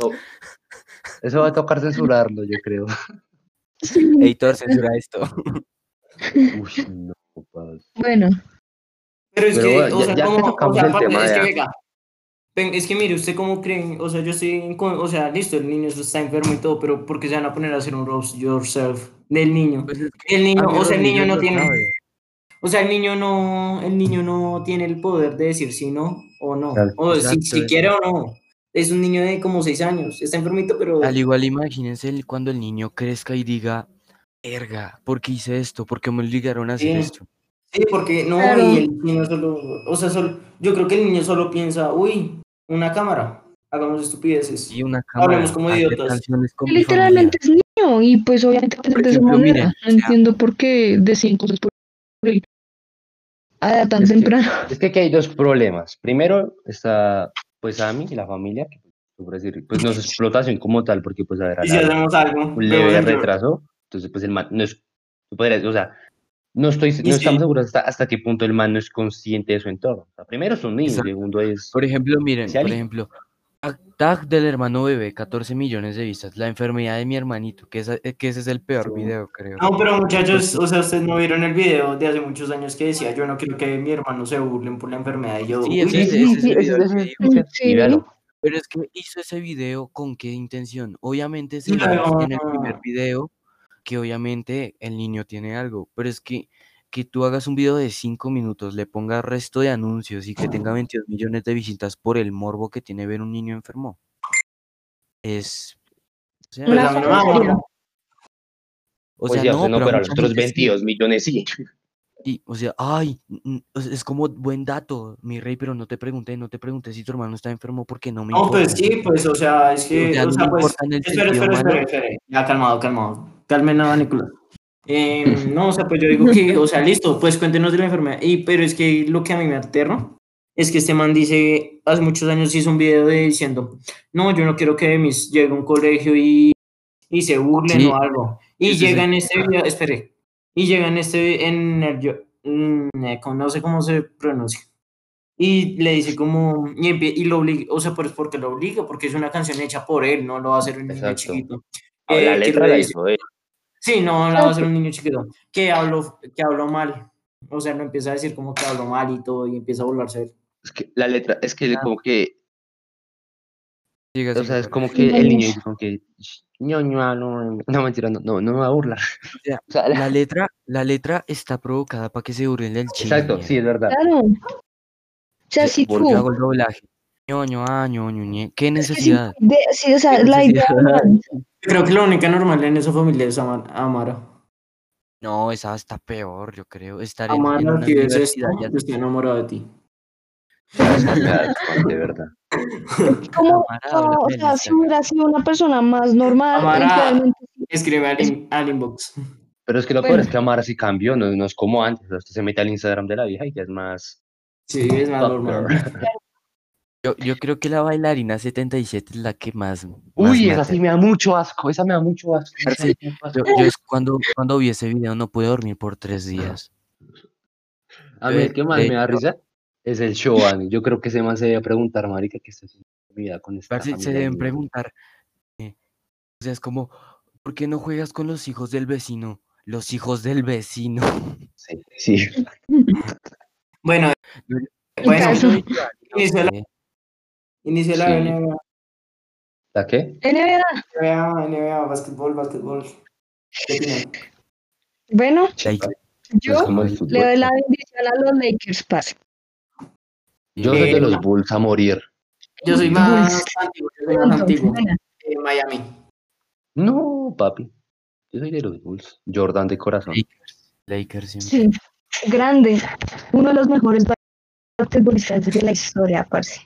S4: Oh.
S1: No. Eso va a tocar censurarlo, yo creo.
S3: Sí,
S2: Editor, censura esto.
S1: Uy, no, padre.
S3: bueno,
S4: Pero es
S1: Pero
S4: que,
S1: bueno,
S4: o
S1: ya-
S4: sea,
S1: ya que
S4: como, o
S1: tocamos
S4: sea,
S1: el
S4: aparte,
S1: tema
S4: es que
S1: de-
S4: venga, ven, es que mire, usted cómo creen, o sea, yo estoy, en con- o sea, listo, el niño está enfermo y todo, pero ¿por qué se van a poner a hacer un roast yourself del niño? Pues El niño, o sea, el niño no tiene, o sea, el niño no, el niño no tiene el poder de decir si no o no,
S1: Claro,
S4: o si,
S2: exacto,
S4: si
S2: eso.
S4: quiere o no. Es un niño de como seis años, está enfermito, pero
S2: Al igual, imagínense el- cuando el niño crezca y diga, verga, ¿por qué hice esto? ¿Por qué me obligaron a hacer
S4: Sí.
S2: esto?
S4: Sí, porque no,
S3: Claro.
S4: y el niño solo, o sea, solo, yo creo que el niño solo piensa, uy, una cámara, hagamos estupideces.
S2: Y una cámara.
S4: Hablemos como
S2: hacer
S4: idiotas.
S2: canciones con mi familia.
S3: literalmente es niño y pues obviamente pues, de esa
S2: ejemplo,
S3: manera.
S2: miren,
S3: no
S2: o sea-
S3: entiendo por qué decían cosas por por él. A edad tan
S1: Es que-
S3: temprano.
S1: Es que aquí hay dos problemas. Primero está, pues, Ami y la familia, que, por decir, pues no es explotación como tal, porque, pues, a ver, a
S4: Y si
S1: la-
S4: hacemos algo,
S1: un
S4: vemos
S1: leve
S4: el video.
S1: retraso. Entonces, pues, el man no es, tú podrías- o sea, no, estoy, no
S4: sí.
S1: estamos seguros hasta, hasta qué punto el man no es consciente de su entorno. O sea, primero es un niño,
S2: Exacto.
S1: segundo es...
S2: Por ejemplo, miren,
S1: Especial
S2: por
S1: y-
S2: ejemplo, tag, tag del hermano bebé, 14 millones de vistas. La enfermedad de mi hermanito, que, esa- eh, que ese es el peor
S1: Sí.
S2: video, creo.
S4: No, pero muchachos, o sea, ustedes no vieron el video de hace muchos años que decía, yo no quiero que mi hermano se burlen por la enfermedad. Y yo,
S2: Sí,
S4: "Uy, pues,
S2: ese, ese-
S1: sí, sí,
S2: ese es el
S1: ese-
S2: video
S1: ese- ese-
S2: que digo.
S1: Y
S3: Sí.
S1: véalo.
S2: Pero es que hizo ese video con qué intención. Obviamente se
S4: No.
S2: le dice en el primer video que obviamente el niño tiene algo, pero es que que tú hagas un video de 5 minutos, le pongas resto de anuncios y que tenga 22 millones de visitas por el morbo que tiene ver un niño enfermo. Es o sea,
S4: pues
S3: Una
S4: a mí no me da
S3: fantasía.
S4: morbo".
S2: o
S1: Pues
S2: sea,
S1: ya,
S2: no,
S1: pues, no,
S2: pero, a
S1: pero a los
S2: mucha
S1: otros
S2: gente sí.
S1: 22 millones sí.
S2: Y, o sea, ay, n- n- o sea, es como buen dato, mi rey, pero no te pregunté, no te pregunté si tu hermano está enfermo porque no me
S4: No,
S2: importa.
S4: pues sí, pues, o sea, es que,
S2: O sea,
S4: o
S2: no
S4: sea,
S2: me
S4: pues,
S2: importa en el
S4: espera,
S2: sentido
S4: espera, espera,
S2: malo.
S4: espera. Ya, calmado, calmado. Calmen a Nicolás. Em, no, o sea, pues yo digo que, o sea, listo, pues cuéntenos de la enfermedad. Y, pero es que lo que a mí me aterra es que este man dice, hace muchos años hizo un video de diciendo, no, yo no quiero que mis llegue a un colegio y, y se burlen
S2: Sí.
S4: o algo. Y
S2: Sí, sí, sí.
S4: llega en este video, espere, y llega en este, vi- en el, yo- mm, eh, como- no sé cómo se pronuncia. Y le dice como, y, empie- y lo obliga, o sea, pues porque lo obliga, porque es una canción hecha por él, no lo va a hacer un niño
S1: Exacto.
S4: chiquito.
S1: Ah,
S4: Eh,
S1: la
S4: que
S1: letra
S4: le
S1: la
S4: dice-
S1: hizo él.
S4: Sí, no, la va a hacer un niño chiquito. Que habló, que habló mal. O sea, no empieza a decir como que habló mal y todo, y empieza a burlarse de él.
S1: Es que la letra, es que
S4: Ah.
S1: como que,
S2: Siga,
S1: o
S2: siga,
S1: sea, es
S2: perdón.
S1: como que el
S3: Vale.
S1: niño dice como que, "Sh, ñoño, ah, no, no, no, mentira, no, no, no me va a burlar.
S2: O sea,
S1: O sea, la-
S2: La letra, la letra está provocada para que se burlen del chino.
S1: exacto, sí, es verdad.
S3: Claro. O sea, si
S1: ¿por
S3: tú.
S1: qué
S2: Yo hago el doblaje. Ñoño, ah, ñoño, ñe. ¿Qué
S3: es que si-
S2: necesidad?
S3: de- sí, o sea,
S2: ¿Qué
S3: la idea.
S2: necesidad?
S3: man,
S4: Creo que la única normal en esa familia es Ama- Amara.
S2: No, esa está peor, yo creo. Estar en, en
S4: Amara,
S2: una
S4: si ves esto,
S2: universidad ya
S4: yo estoy enamorado de ti.
S5: De verdad.
S3: Como,
S2: Amara,
S3: no,
S2: háblame
S3: o
S2: del
S3: sea, si
S2: Instagram.
S3: hubiera sido una persona más normal,
S4: Amara.
S3: eventualmente sí.
S4: Escribe al, in- al inbox.
S1: Pero es que lo
S3: Bueno.
S1: peor es que Amara sí cambió, no, no es como antes, o sea, usted se mete al Instagram de la vieja y ya es más...
S4: Sí, es más
S1: Top
S4: normal.
S2: Yo, yo creo que la bailarina 77 es la que más. más
S1: Uy,
S2: me
S1: esa sí me da mucho asco, esa me da mucho asco. esa
S2: Sí,
S1: me da mucho asco.
S2: Yo, yo es cuando, cuando vi ese video no pude dormir por tres días.
S1: A mí el
S2: Eh,
S1: que más
S2: de
S1: me da
S2: hecho-
S1: risa es el Shoan. Yo creo que ese man se debe preguntar, marica, qué está haciendo en mi vida con esta
S2: Parce, se
S1: familia
S2: deben
S1: mía?
S2: preguntar. eh, o sea, es como, ¿por qué no juegas con los hijos del vecino? Los hijos del vecino.
S1: Sí, sí.
S4: Bueno,
S3: Y
S4: Bueno,
S3: caso.
S4: inició la,
S2: Eh,
S4: inició la
S1: Sí.
S4: NBA,
S1: ¿La qué?
S3: NBA,
S4: NBA, NBA, básquetbol, básquetbol. ¿Qué opinan?
S3: Bueno,
S2: Like.
S1: Es
S2: Pues,
S3: yo
S1: como el fútbol.
S3: le doy la bendición a los Lakers, parce.
S1: Yo soy de
S4: Eh,
S1: los Bulls a morir.
S4: Yo soy más antiguo, yo soy más antiguo.
S3: Bueno,
S4: Eh, Miami.
S1: No, papi. Yo soy de los Bulls. Jordan de corazón.
S2: Lakers. Lakers siempre.
S3: Sí, grande. Uno de los mejores basquetbolistas de la historia, parce.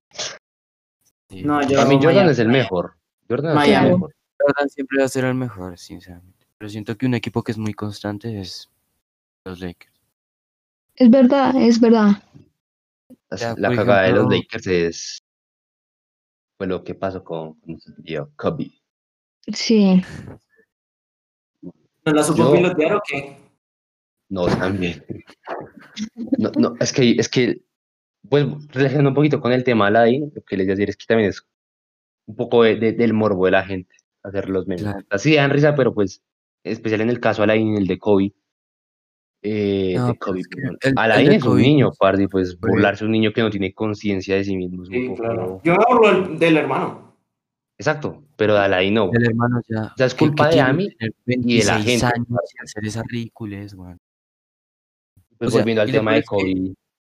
S2: sí.
S4: No, yo
S1: Para mí Jordan
S4: Miami.
S1: es el mejor. Jordan es
S4: Miami.
S1: el mejor.
S2: Jordan siempre va a ser el mejor, sinceramente. Pero siento que un equipo que es muy constante es los Lakers.
S3: Es verdad, es verdad.
S1: Las-
S2: Ya,
S1: La
S2: por
S1: cagada de los
S2: ejemplo-
S1: Lakers es... Fue lo que pasó con, con yo, Kobe.
S3: Sí.
S4: ¿No la supo
S1: Yo-
S4: pilotear o qué?
S1: No, también. No, no, es que, es que, pues, relacionando un poquito con el tema de Aladdin, lo que les iba a decir es que también es un poco de- de- del morbo de la gente hacer los memes.
S2: Claro.
S1: Así dan risa, pero pues, en especial en el caso de Aladdin, el de Kobe. Eh,
S2: No,
S1: de
S2: pero
S1: Kobe,
S2: es que
S1: perdón.
S2: el- el
S1: Aladdin
S2: de
S1: es un
S2: Kobe eh,
S1: niño,
S2: es-
S1: parce, y pues
S2: fue-
S1: burlarse de un niño que no tiene conciencia de sí mismo es un
S4: Sí,
S1: poco-
S4: claro. Yo me hablo del, del hermano.
S1: Exacto, pero de Aladdin no.
S2: El hermano ya.
S1: Ya es
S2: ¿qué-
S1: culpa
S2: qué
S1: de
S2: tiene
S1: Ami
S2: tener
S1: y de la
S2: 26
S1: gente,
S2: años
S1: parce.
S2: y hacer esas ridiculez, weón.
S1: Pues
S2: o sea,
S1: volviendo al
S2: y lo
S1: tema de
S2: peor es que-
S1: Kobe.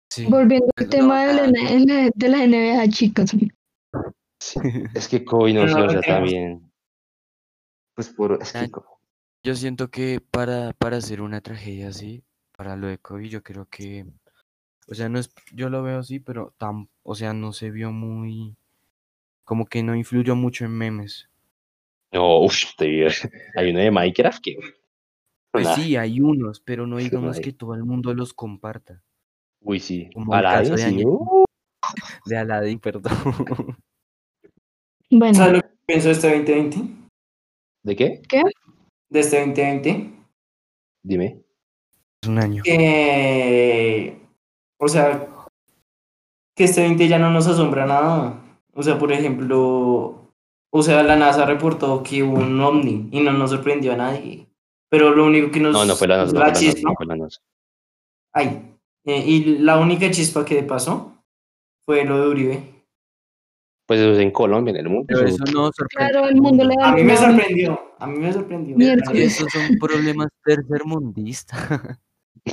S2: Sí.
S3: Volviendo al
S2: Pues,
S3: tema
S2: no,
S3: de, la,
S2: claro.
S3: N- de la NBA, chicos.
S1: Es que Kobe no,
S4: Pero
S1: sé,
S4: no
S1: o
S4: lo
S1: sea,
S4: tenemos.
S1: también. Pues por, es que
S2: Tan- Yo siento que para, para hacer una tragedia así, para lo de Kobe, yo creo que, o sea, no es, yo lo veo así, pero tan, o sea, no se vio muy, como que no influyó mucho en memes.
S1: No, uff, te digo, Hay uno de Minecraft que.
S2: Pues
S1: Nah,
S2: sí, hay unos, pero no
S1: Sí,
S2: digamos
S1: hay.
S2: que todo el mundo los comparta.
S1: Uy, sí.
S2: como el
S1: Aladdin,
S2: caso de
S1: sí.
S2: Añe-
S1: uh,
S2: De Aladdin, perdón.
S3: Bueno,
S4: ¿Sabes lo que pienso de este 2020?
S1: ¿De qué?
S4: De este 2020.
S1: Dime.
S2: Es un año.
S4: que, o sea, que este 20 ya no nos asombra nada. O sea, por ejemplo, o sea, la NASA reportó que hubo un ovni y no nos sorprendió a nadie. Pero lo único que nos
S1: No, no fue la
S4: nos
S1: nos, no fue
S4: la
S1: la nos,
S4: chispa,
S1: no fue la nos.
S4: ay, eh, y la única chispa que pasó fue lo de Uribe.
S1: Pues eso es en Colombia, en el mundo.
S2: Pero
S1: eso-
S2: eso no sorprende.
S3: claro, el mundo le
S4: A
S3: da
S4: mí me
S3: una-
S4: sorprendió, a mí me sorprendió.
S3: Miércoles.
S2: Esos son problemas tercermundistas.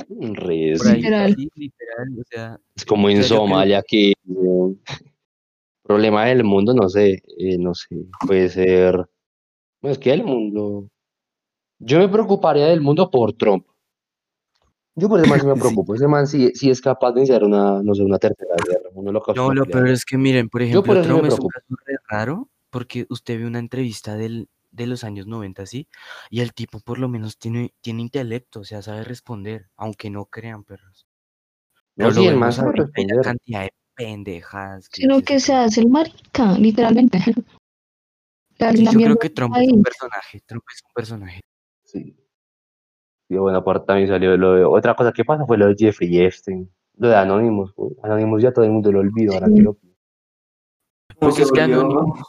S1: en redes.
S2: Por ahí,
S3: Literal.
S2: sí, literal, o sea,
S1: Es como en
S2: O sea, yo creo-
S1: Somalia que. eh, problema del mundo, no sé. eh, no sé. Puede ser. Bueno, es que el mundo. Yo me preocuparía del mundo por Trump. Yo por ese man sí me
S2: Sí.
S1: preocupo. Ese man sí, sí es capaz de iniciar una, no sé, una tercera guerra, un holocausto
S2: No, lo
S1: nuclear.
S2: peor es que miren, por
S1: Yo
S2: ejemplo,
S1: por eso me
S2: Trump es un
S1: preocupo.
S2: caso re raro porque usted ve una entrevista del, de los años 90, ¿sí? Y el tipo por lo menos tiene, tiene intelecto, o sea, sabe responder, aunque no crean, perros.
S1: No,
S2: Pero
S1: sí,
S2: lo
S1: el man
S2: vemos
S1: sabe
S2: ahorita y la
S1: responder.
S2: cantidad de pendejadas.
S3: Sino
S2: dice
S3: que
S2: ese
S3: se hace el marica, literalmente. Claro,
S2: Sí, yo
S3: también
S2: creo
S3: lo
S2: que Trump
S3: ahí.
S2: es un personaje. Trump es un personaje.
S1: Sí. Y bueno, aparte también salió lo de... Otra cosa que pasa fue lo de Jeffrey Epstein. Lo de Anonymous. güey. Anonymous ya todo el mundo lo olvida. Ahora
S3: Sí.
S1: que lo...
S2: Porque es que Anonymous.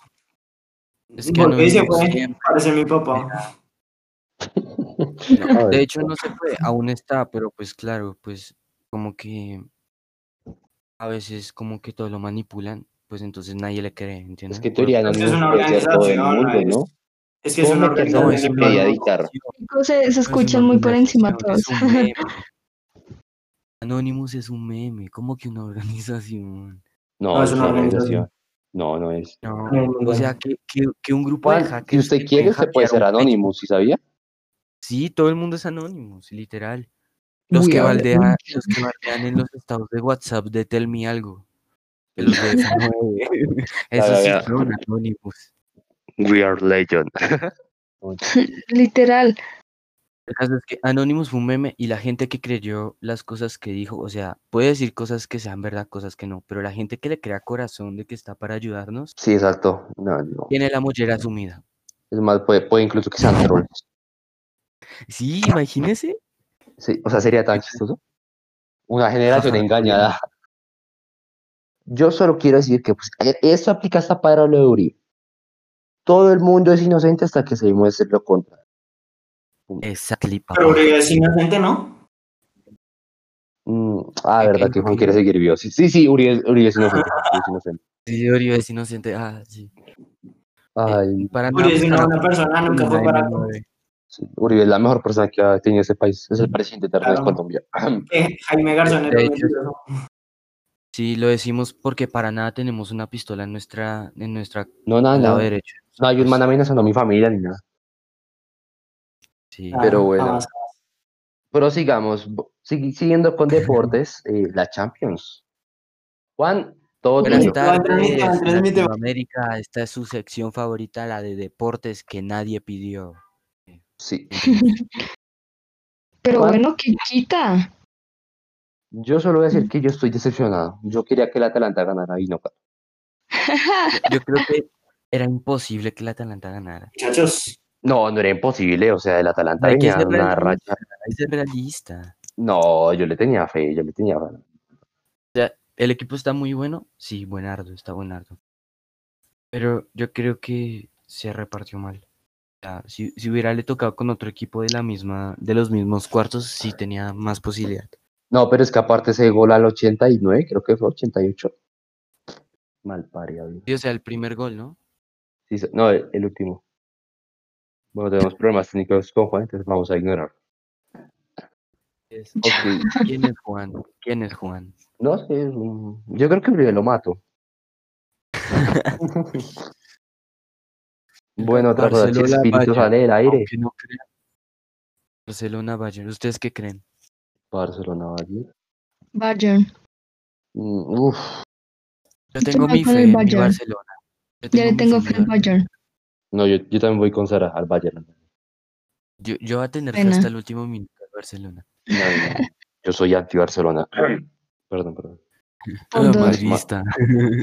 S2: Es que
S4: Volvió y se
S2: Anonymous
S4: fue.
S2: siempre-
S4: Parece mi papá.
S1: Ay,
S2: De hecho, no se fue, aún está, pero pues claro, pues como que a veces como que todo lo manipulan, pues entonces nadie le cree, ¿entiendes?
S1: es que en
S2: Pero,
S1: teoría
S2: pues,
S4: es
S1: Anonymous
S4: una
S1: puede ser todo el mundo,
S4: organización,
S1: ¿no?
S4: Es que es una
S1: ¿Cómo que
S2: no,
S4: organización
S2: es
S4: de
S1: Anonymous
S2: un
S1: quería
S4: plan.
S2: meme,
S1: dictar?
S3: Se, se
S2: es una
S3: escuchan muy por encima todos.
S2: organización, es un meme. Anonymous es un meme, como que una organización.
S1: No,
S4: No,
S1: es una organización. No, no es.
S2: No,
S4: No, no,
S2: o sea, que, que- que un grupo de
S1: Juan,
S2: hackers...
S1: si usted
S2: que
S1: quiere,
S2: Pues, pueden
S1: usted puede
S2: hackear
S1: ser
S2: un Facebook.
S1: Anonymous, ¿sí sabía?
S2: Sí, todo el mundo es Anonymous, literal. Los
S3: Uy,
S2: que,
S3: ahora
S2: baldean,
S3: sí.
S2: los que baldean en los estados de WhatsApp de Tell Me Algo. Que los de esa nueve. Eso
S1: Claro,
S2: sí
S1: ya.
S2: fueron Anonymous.
S1: We are legend.
S3: Literal.
S2: El caso es que Anonymous fue un meme y la gente que creyó las cosas que dijo, o sea, puede decir cosas que sean verdad, cosas que no, pero la gente que le crea corazón de que está para ayudarnos,
S1: Sí, exacto. No, no.
S2: tiene la mollera sumida.
S1: Es más, puede, puede incluso que sean trolls.
S2: Sí, imagínese.
S1: Sí, o sea, sería tan chistoso. Una generación
S2: Ajá.
S1: engañada. Yo solo quiero decir que pues, e- eso aplica hasta para lo de Uribe. Todo el mundo es inocente hasta que se demuestre lo contrario.
S2: Exactly,
S4: Pero
S2: papá.
S4: Uribe es inocente, ¿no?
S1: Mm, ah,
S2: ¿Qué- qué
S1: verdad
S2: dijo
S1: que Juan
S2: que
S1: quiere
S2: yo?
S1: seguir vivo. Sí, sí, sí, Uribe, Uribe es inocente. Uribe es inocente.
S2: Sí, Uribe es inocente. Ah, sí.
S1: Ay,
S2: Para nada,
S4: Uribe es una
S2: para-
S4: buena persona, nunca fue
S2: Ah, Ay,
S4: para.
S2: no, eh.
S1: sí, Uribe es la mejor persona que ha tenido este país.
S2: Mm,
S1: Es el presidente eterno de
S4: Claro.
S1: Colombia.
S4: Eh, Jaime Garzón era
S2: De
S4: un
S2: hecho,
S4: mentiroso.
S2: Sí, lo decimos porque para nada tenemos una pistola en nuestra, en nuestra
S1: Ah, No, nada,
S2: al lado
S1: nada.
S2: derecho.
S1: No hay un
S2: Pues,
S1: man amenazando a mi familia ni nada.
S2: sí.
S4: Ah,
S1: pero bueno.
S4: jamás.
S1: Pero sigamos, bo- sigui- siguiendo con deportes, eh, la Champions. Juan, todo
S3: Buenas
S1: tuyo.
S2: Buenas
S4: Transmite, transmite,
S2: tardes,
S4: transmite.
S2: América. Esta es su sección favorita, la de deportes que nadie pidió.
S1: Sí.
S3: Pero
S1: ¿Cuál?
S3: bueno, que quita.
S1: Yo solo voy a decir que yo estoy decepcionado. Yo quería que el Atalanta ganara y no ganó.
S2: Yo creo que era imposible que la Atalanta ganara.
S4: Muchachos,
S1: No, no era imposible, o sea, el Atalanta
S2: Hay que
S1: venía
S2: ser
S1: en una
S2: realista.
S1: racha.
S2: Hay que ser realista.
S1: No, yo le tenía fe, yo le tenía fe.
S2: O sea, el equipo está muy bueno. Sí, buenardo, está buenardo. Pero yo creo que se repartió mal. O sea, si, si hubiera le tocado con otro equipo de la misma, de los mismos cuartos, sí tenía más posibilidad.
S1: No, pero es que aparte ese gol al 89, creo que fue 88. Mal parido.
S2: Sí, o sea, el primer gol, ¿no?
S1: Sí, se- no, el, el último. Bueno, tenemos problemas técnicos con Juan, entonces vamos a ignorar.
S2: Es-
S1: Ok.
S2: ¿Quién es Juan? ¿Quién es Juan?
S1: No sé, es un- yo creo que Uribe lo mato. bueno, otra cosa, si
S2: Barcelona,
S1: espíritu
S2: vaya.
S1: sale del aire.
S2: Aunque no crean. Barcelona, Bayern. ¿Ustedes qué creen?
S1: Barcelona va a ir.
S3: Bayern.
S1: Mm, Uf,
S2: Yo
S3: Yo
S2: tengo
S3: voy
S2: mi
S3: con
S2: fe
S3: el
S2: en mi
S3: Bayern.
S2: Barcelona. Yo
S3: Ya le
S2: mi
S3: tengo
S2: mi
S3: fe al
S2: Barcelona.
S3: Bayern.
S1: no, yo, yo también voy con Sara al Bayern. No,
S2: Yo, yo voy a tener fe
S3: Pena.
S2: hasta el último minuto al Barcelona.
S1: no, no, Yo soy anti-Barcelona. perdón, perdón.
S3: Por
S2: Ah,
S3: dos.
S2: madridista.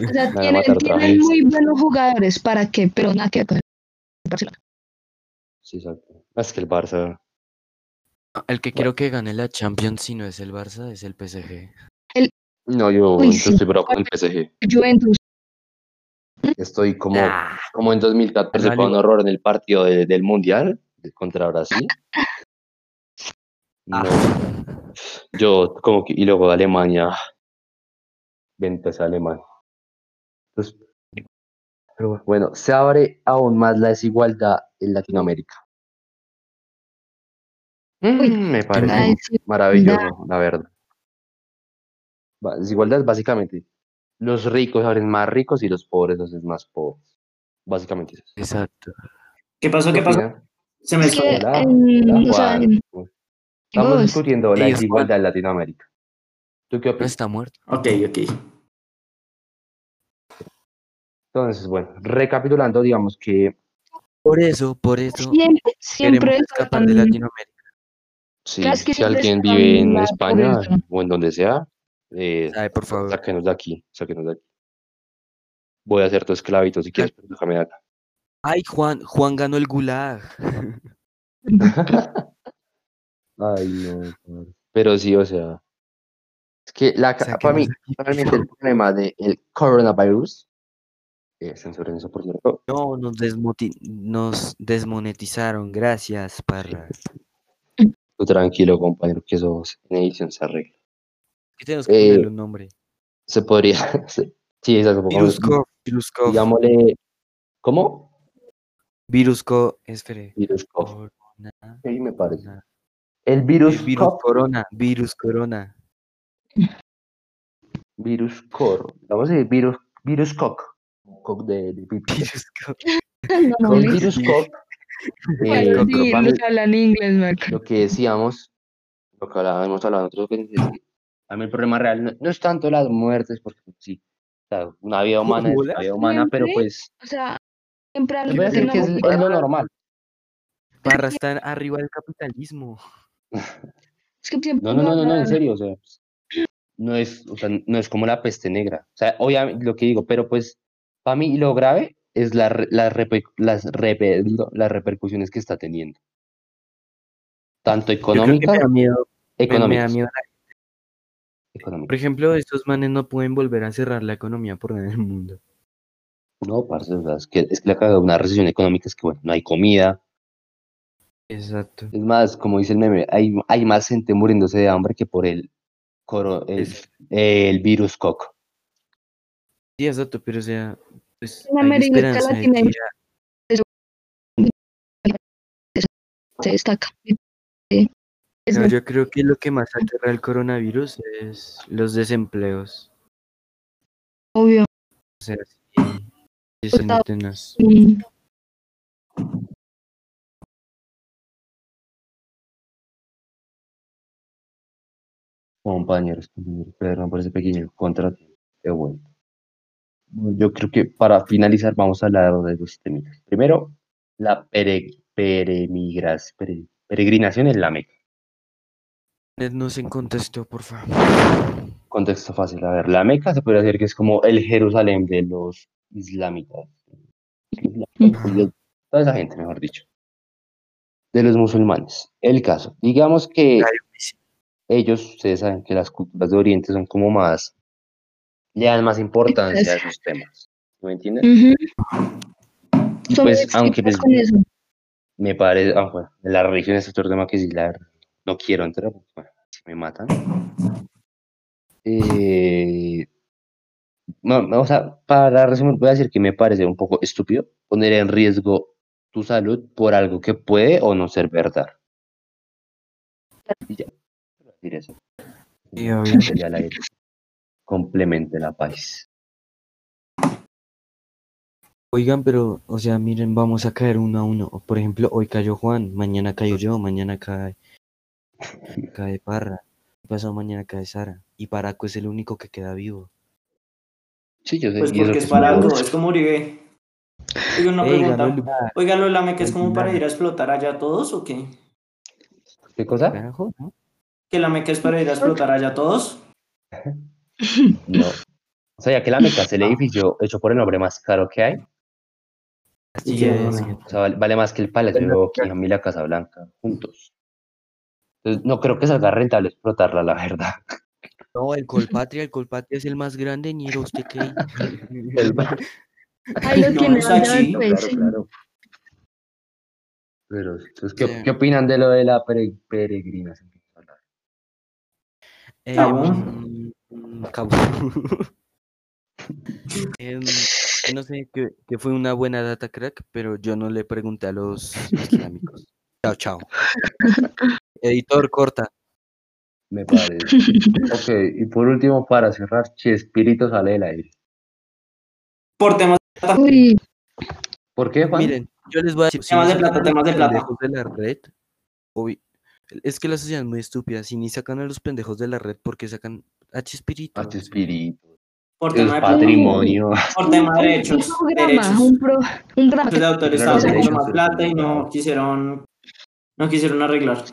S3: O sea,
S1: van a
S3: tienen,
S1: matar otra vez.
S3: tienen muy buenos jugadores. ¿Para qué? Pero nada que ver con el Barcelona.
S1: Sí, exacto. Es que el Barça.
S2: El que quiero que gane la Champions, si no es el Barça, es el PSG.
S1: No, yo,
S3: Uy,
S1: yo
S3: sí.
S1: estoy bravo con el PSG.
S3: Juventus.
S1: Estoy como,
S2: Ah,
S1: como en 2014
S2: Dale.
S1: con un horror en el partido de- del Mundial de- contra Brasil. No. Yo, como que, y luego Alemania. Vente a Alemania. Entonces, pero bu- bueno, se abre aún más la desigualdad en Latinoamérica. Mm, me parece
S3: Ay, sí.
S1: maravilloso, la verdad. Va- Desigualdad, básicamente. Los ricos abren más ricos y los pobres los hacen más pobres. Básicamente es eso.
S2: exacto.
S4: ¿qué pasó? ¿Qué pasó?
S1: Opinan?
S4: Se me
S3: Es que,
S4: escapó.
S1: Hola,
S3: en-
S1: hola,
S3: o sea,
S1: Juan.
S3: en-
S1: Estamos
S3: vos.
S1: discutiendo la
S2: Sí, Pues
S1: desigualdad en Latinoamérica. ¿Tú qué
S2: No
S1: opinas?
S2: está muerto.
S4: Ok, ok.
S1: Entonces, bueno, recapitulando, digamos que
S2: Por eso, por eso
S3: siempre, siempre
S2: queremos escapar de
S3: están-
S2: Latinoamérica.
S1: sí,
S3: Claro, es que
S1: si
S3: siempre
S1: alguien
S3: está
S1: vive en
S3: la
S1: España
S3: pobreza.
S1: o en donde sea, eh,
S2: Ay, por favor.
S1: sáquenos de aquí, sáquenos de aquí. Voy a ser tu esclavito si quieres, pero déjame de acá.
S2: Ay, Juan, Juan ganó el gulag.
S5: Ay, no. por-
S1: Pero sí, o sea. Es que la, ca- para mí,
S2: Saquemos aquí-
S1: realmente el problema del coronavirus. Eh, censuren eso, por cierto.
S2: No, nos, desmoti- nos desmonetizaron. Gracias, Parra.
S1: Tú tranquilo, compañero, que eso se- en edición se arregla.
S2: ¿Qué tenemos que ponerle
S1: Eh,
S2: un nombre?
S1: Se podría. se- sí, exacto. pongamos-
S2: Viruskov. Viruskov.
S1: Digámosle. ¿Cómo?
S2: Virusco. Espere.
S1: Virus Cop.
S2: Corona.
S1: Sí, me parece.
S2: corona,
S1: El
S2: el
S1: Oh. virus,
S2: virus
S1: Cop,
S2: corona. Virus corona.
S1: Virus Cor. Vamos a decir virus, virus Cock. Cock de, de pipi.
S2: Virus co-
S3: No,
S1: Con
S3: mames.
S1: virus Cop.
S2: Bueno,
S1: eh,
S3: Pero
S2: Coco,
S3: sí,
S1: vamos-
S3: ellos hablan inglés, Marco.
S1: lo que decíamos, lo que hablábamos, hablado nosotros, pues, es que a mí el problema real no, no es tanto las muertes, porque pues, sí, o sea, una vida humana es una
S2: ¿Hola?
S1: vida humana, pero
S3: Siempre
S1: pues,
S3: O sea, siempre
S1: les voy a
S3: hablan
S1: decir que es,
S3: de
S1: es lo normal.
S2: Parra está arriba del capitalismo.
S3: Es que siempre
S1: No, no, no, no, no, en
S3: hablan-
S1: serio, o sea, no es, o sea, no es como la peste negra, o sea, obviamente lo que digo, pero pues, para mí lo grave es la, re- la reper- las, reper- las repercusiones que está teniendo. Tanto
S2: Yo creo que me
S1: económicas,
S2: da miedo. me- me da
S1: económicas,
S2: miedo la- Por
S1: económicas.
S2: ejemplo, estos manes no pueden volver a cerrar la economía por nada del mundo.
S1: No, parce, o sea, es que, es que la cagada de una recesión económica es que, bueno, no hay comida,
S2: Exacto.
S1: Es más, como dice el meme, hay, hay más gente muriéndose de hambre que por el, coro- el,
S2: Es-
S1: el virus coco.
S2: Sí, exacto, pero o sea, pues
S3: En
S2: hay
S3: América
S2: esperanza de
S3: Latina hay
S2: que-
S3: Se destaca. Es
S2: No,
S3: verdad.
S2: yo creo que lo que más aterra el coronavirus es los desempleos.
S3: obvio.
S2: O sea, sí, sí se
S3: Total.
S2: noten las-
S3: Mm,
S1: Compañeros, compañeros, perdón por ese pequeño contratiempo de vuelta. Bueno, Yo creo que para finalizar vamos a hablar de dos temas. Primero, la pere- peremigración- pere- peregrinación en la Meca.
S2: No se contestó, por favor.
S1: Contexto fácil, a ver, la Meca se puede decir que es como el Jerusalén de los islámicos. Islámicos, judíos, Toda esa gente, mejor dicho. De los musulmanes. El caso. Digamos que ellos, ustedes saben que las culturas de Oriente son como más, le dan más importancia a esos temas. ¿Me entienden?
S3: ujú.
S1: Y
S3: Son muy
S1: pues, aunque
S3: estrictos
S1: pues,
S3: con eso.
S1: me parece, ah, bueno, la religión es otro tema que sí, la verdad, no quiero entrar, porque bueno, si me matan. Eh, no, no, o sea, para resumir, voy a decir que me parece un poco estúpido poner en riesgo tu salud por algo que puede o no ser verdad. Y ya, voy a decir eso.
S2: Sí, obvio.
S1: Sería la idea. Complemente la paz.
S2: Oigan, pero, o sea, miren, vamos a caer uno a uno. O, Por ejemplo, hoy cayó Juan, mañana cayó yo, mañana cae, cae Parra, pasado mañana cae Sara. Y Paraco es el único que queda vivo.
S1: Sí, yo sé.
S4: Pues
S1: y eso
S4: porque
S1: que
S4: es
S1: un
S4: para algo,
S1: negocio.
S4: es como Uribe. Oiga, una
S2: Ey, ganó el
S4: pregunta.
S2: lugar,
S4: Oiga, lo lame que es
S2: al
S4: como para
S2: final.
S4: ir a explotar allá todos o qué?
S1: ¿Qué cosa?
S2: carajo, ¿no?
S4: ¿Que la meca es para ir a explotar allá todos?
S1: No. O sea, ya que la meca
S4: Ah.
S1: es el edificio hecho por el hombre más caro que hay.
S2: Así
S4: ya,
S2: es,
S4: ya.
S2: gente.
S1: O sea, vale, vale más que el Palacio de Buckingham y la Casa Blanca juntos. Entonces, no creo que salga rentable explotarla, la verdad.
S2: No, el Colpatria, el Colpatria es el más grande, ni era usted que...
S1: El-
S3: Ahí lo
S4: No,
S3: tienen,
S4: está
S3: ya
S4: chido,
S3: después, pues, sí.
S1: Pero, entonces, ¿qué,
S2: Sí.
S1: qué opinan de lo de la pere- peregrinación?
S2: Eh,
S4: Cabón.
S2: mm, cabón. Em, no sé, que, que fue una buena data crack, pero yo no le pregunté a los islámicos. Chao, chao. Editor, corta.
S1: Me parece. ok, y por último, para cerrar, Chespirito sale del aire.
S4: Por temas,
S3: Uy,
S1: ¿Por qué, Juan?
S2: Miren, yo les voy a decir... si
S4: Temas
S2: no
S4: de plata,
S2: sacan a los
S4: temas de plata.
S2: pendejos de la red, obvi- es que la sociedad es muy estúpida. Si ni sacan a los pendejos de la red, porque sacan a Chespirito?
S1: A
S2: O sea,
S1: Ah, Chespirito.
S4: por
S1: Es
S4: tema de
S1: patrimonio.
S4: por tema de
S3: un-
S4: derechos,
S3: Un programa,
S4: derechos.
S3: un, pro, un programa.
S4: Los de autores
S1: Claro,
S4: estaban
S1: derechos,
S4: con más plata y
S1: derechos.
S4: no quisieron, no quisieron arreglar.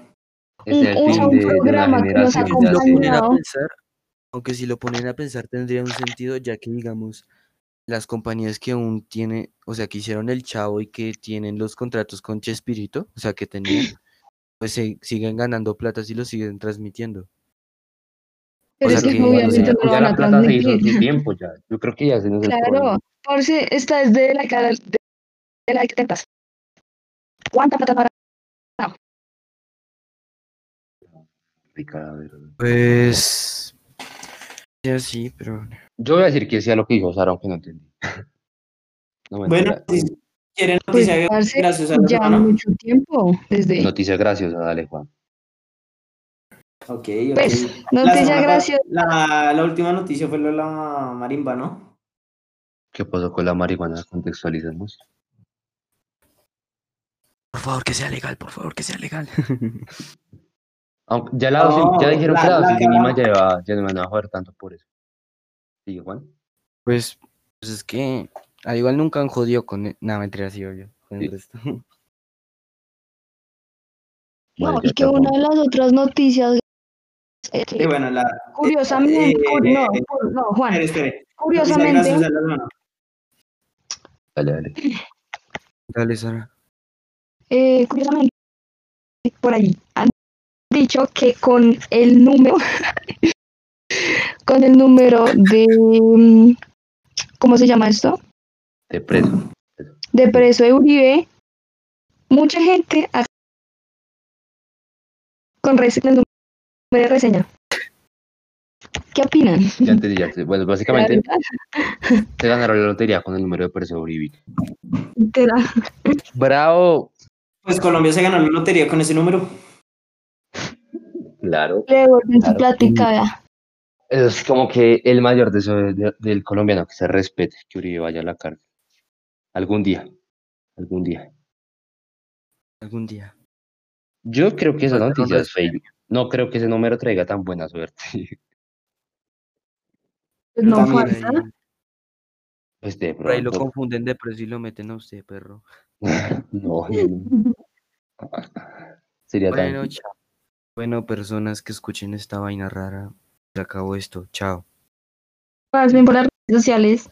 S1: Es
S3: Un-
S1: el
S3: un-
S1: fin
S3: un
S1: de, de una
S3: programa que nos
S1: generación
S2: si
S1: de
S2: lo
S1: hace
S2: ponen a
S3: acompañado.
S2: pensar, aunque si lo ponen a pensar tendría un sentido, ya que digamos, las compañías que aún tienen, o sea, que hicieron el chavo y que tienen los contratos con Chespirito, o sea, que tenían, pues se- siguen ganando plata si lo siguen transmitiendo.
S3: Pero
S2: sea,
S3: es que,
S2: que, o
S3: obviamente
S2: sea,
S3: no lo
S1: ya
S3: van
S1: la
S3: a
S1: plata se hizo
S3: transmitir.
S1: hace tiempo ya. Yo creo que ya se nos
S3: Claro, Parce, esta es de la cara de, de la que tentas. ¿Cuánta plata para?
S2: Pues... Sí, sí, pero...
S1: Yo voy a decir que sea lo que dijo Sara, aunque no entendí. No,
S4: Bueno,
S1: mentira.
S4: si quieren
S3: Pues,
S4: noticias
S3: parce,
S4: graciosas a la
S3: Ya
S4: semana.
S3: mucho tiempo, desde
S1: noticia graciosa, dale, Juan.
S4: Ok, ok.
S3: Pues,
S4: La
S3: noticia
S4: semana-
S3: graciosa.
S4: La, la última noticia fue lo de la marimba, ¿no?
S1: ¿Qué pasó con la marihuana? Contextualicemos.
S2: Por favor, que sea legal, por favor, que sea legal.
S1: Aunque ya, la dosis-
S4: No,
S1: ya dijeron
S4: la-
S1: que la
S4: la
S1: dosis
S4: que
S1: mínima ya, iba- ya no me van a joder tanto por eso. Sigue, Juan.
S2: Pues, pues es que... Al igual nunca han jodido con... Nada, mentira, sí, obvio. Con el
S1: Sí.
S2: resto.
S3: No,
S1: Bueno, ya
S3: y que
S1: está,
S3: una
S1: Juan.
S3: de las otras noticias. eh,
S4: Y bueno, la.
S3: curiosamente,
S4: eh,
S3: cu- no,
S4: eh,
S3: cu- no,
S4: Espere,
S3: Juan,
S4: espere. Noticias
S3: curiosamente,
S4: graciosas de la semana.
S1: Dale, dale.
S2: Dale, Sara.
S3: eh, curiosamente, por ahí han dicho que con el número, con el número de, mm, ¿cómo se llama esto?
S1: Te preso.
S3: de preso de Uribe, mucha gente ha- con rese- con el número de reseña. ¿Qué opinan?
S1: Ya entendí, ya entendí. Bueno,
S3: La
S1: básicamente
S3: verdad,
S1: se ganaron la lotería con el número de preso de Uribe.
S3: literal.
S1: ¡Bravo!
S4: Pues Colombia se ganó la lotería con ese número.
S1: Claro.
S3: Le devuelven su
S1: Claro.
S3: platicada.
S1: Es como que el mayor deseo de- de- del colombiano, que se respete, que Uribe vaya a la cárcel. Algún día. Algún día.
S2: Algún día.
S1: Yo creo que esa
S2: Falta un
S1: noticia es
S2: respeto.
S1: fake. No creo que ese número traiga tan buena suerte.
S3: Pues no
S4: También
S2: Por ahí-
S3: falta.
S1: Pues de
S2: por ahí lo
S1: pronto.
S2: confunden de preso y lo meten a usted, perro.
S1: No, no, no. Sería tan.
S2: Bueno, chao. Bueno, personas que escuchen esta vaina rara, se acabó esto. Chao.
S3: Pasen por las redes sociales.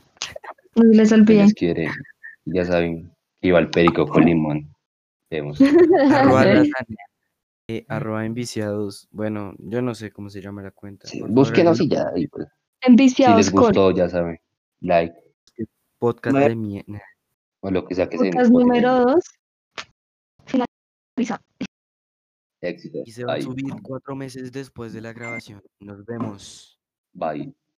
S3: No se les
S1: que
S3: olviden.
S1: les quiere. Ya saben, iba al perico con limón. Vemos.
S2: Arroba
S1: sí.
S2: Lasania, eh, arroba enviciados. Bueno, yo no sé cómo se llama la cuenta.
S1: Sí,
S2: Por favor,
S1: búsquenos
S2: hagan
S1: y
S2: un
S1: ya. y pues, si
S3: Enviciados
S1: les
S3: con
S1: gustó, ya saben. Like
S2: Podcast
S4: No,
S2: de mierda.
S1: o lo que sea que sea. en
S3: podcast
S1: Spotify.
S3: número 2. Finaliza.
S1: Éxito.
S2: Y se va a
S1: Ahí.
S2: subir cuatro meses después de la grabación. Nos vemos.
S1: Bye.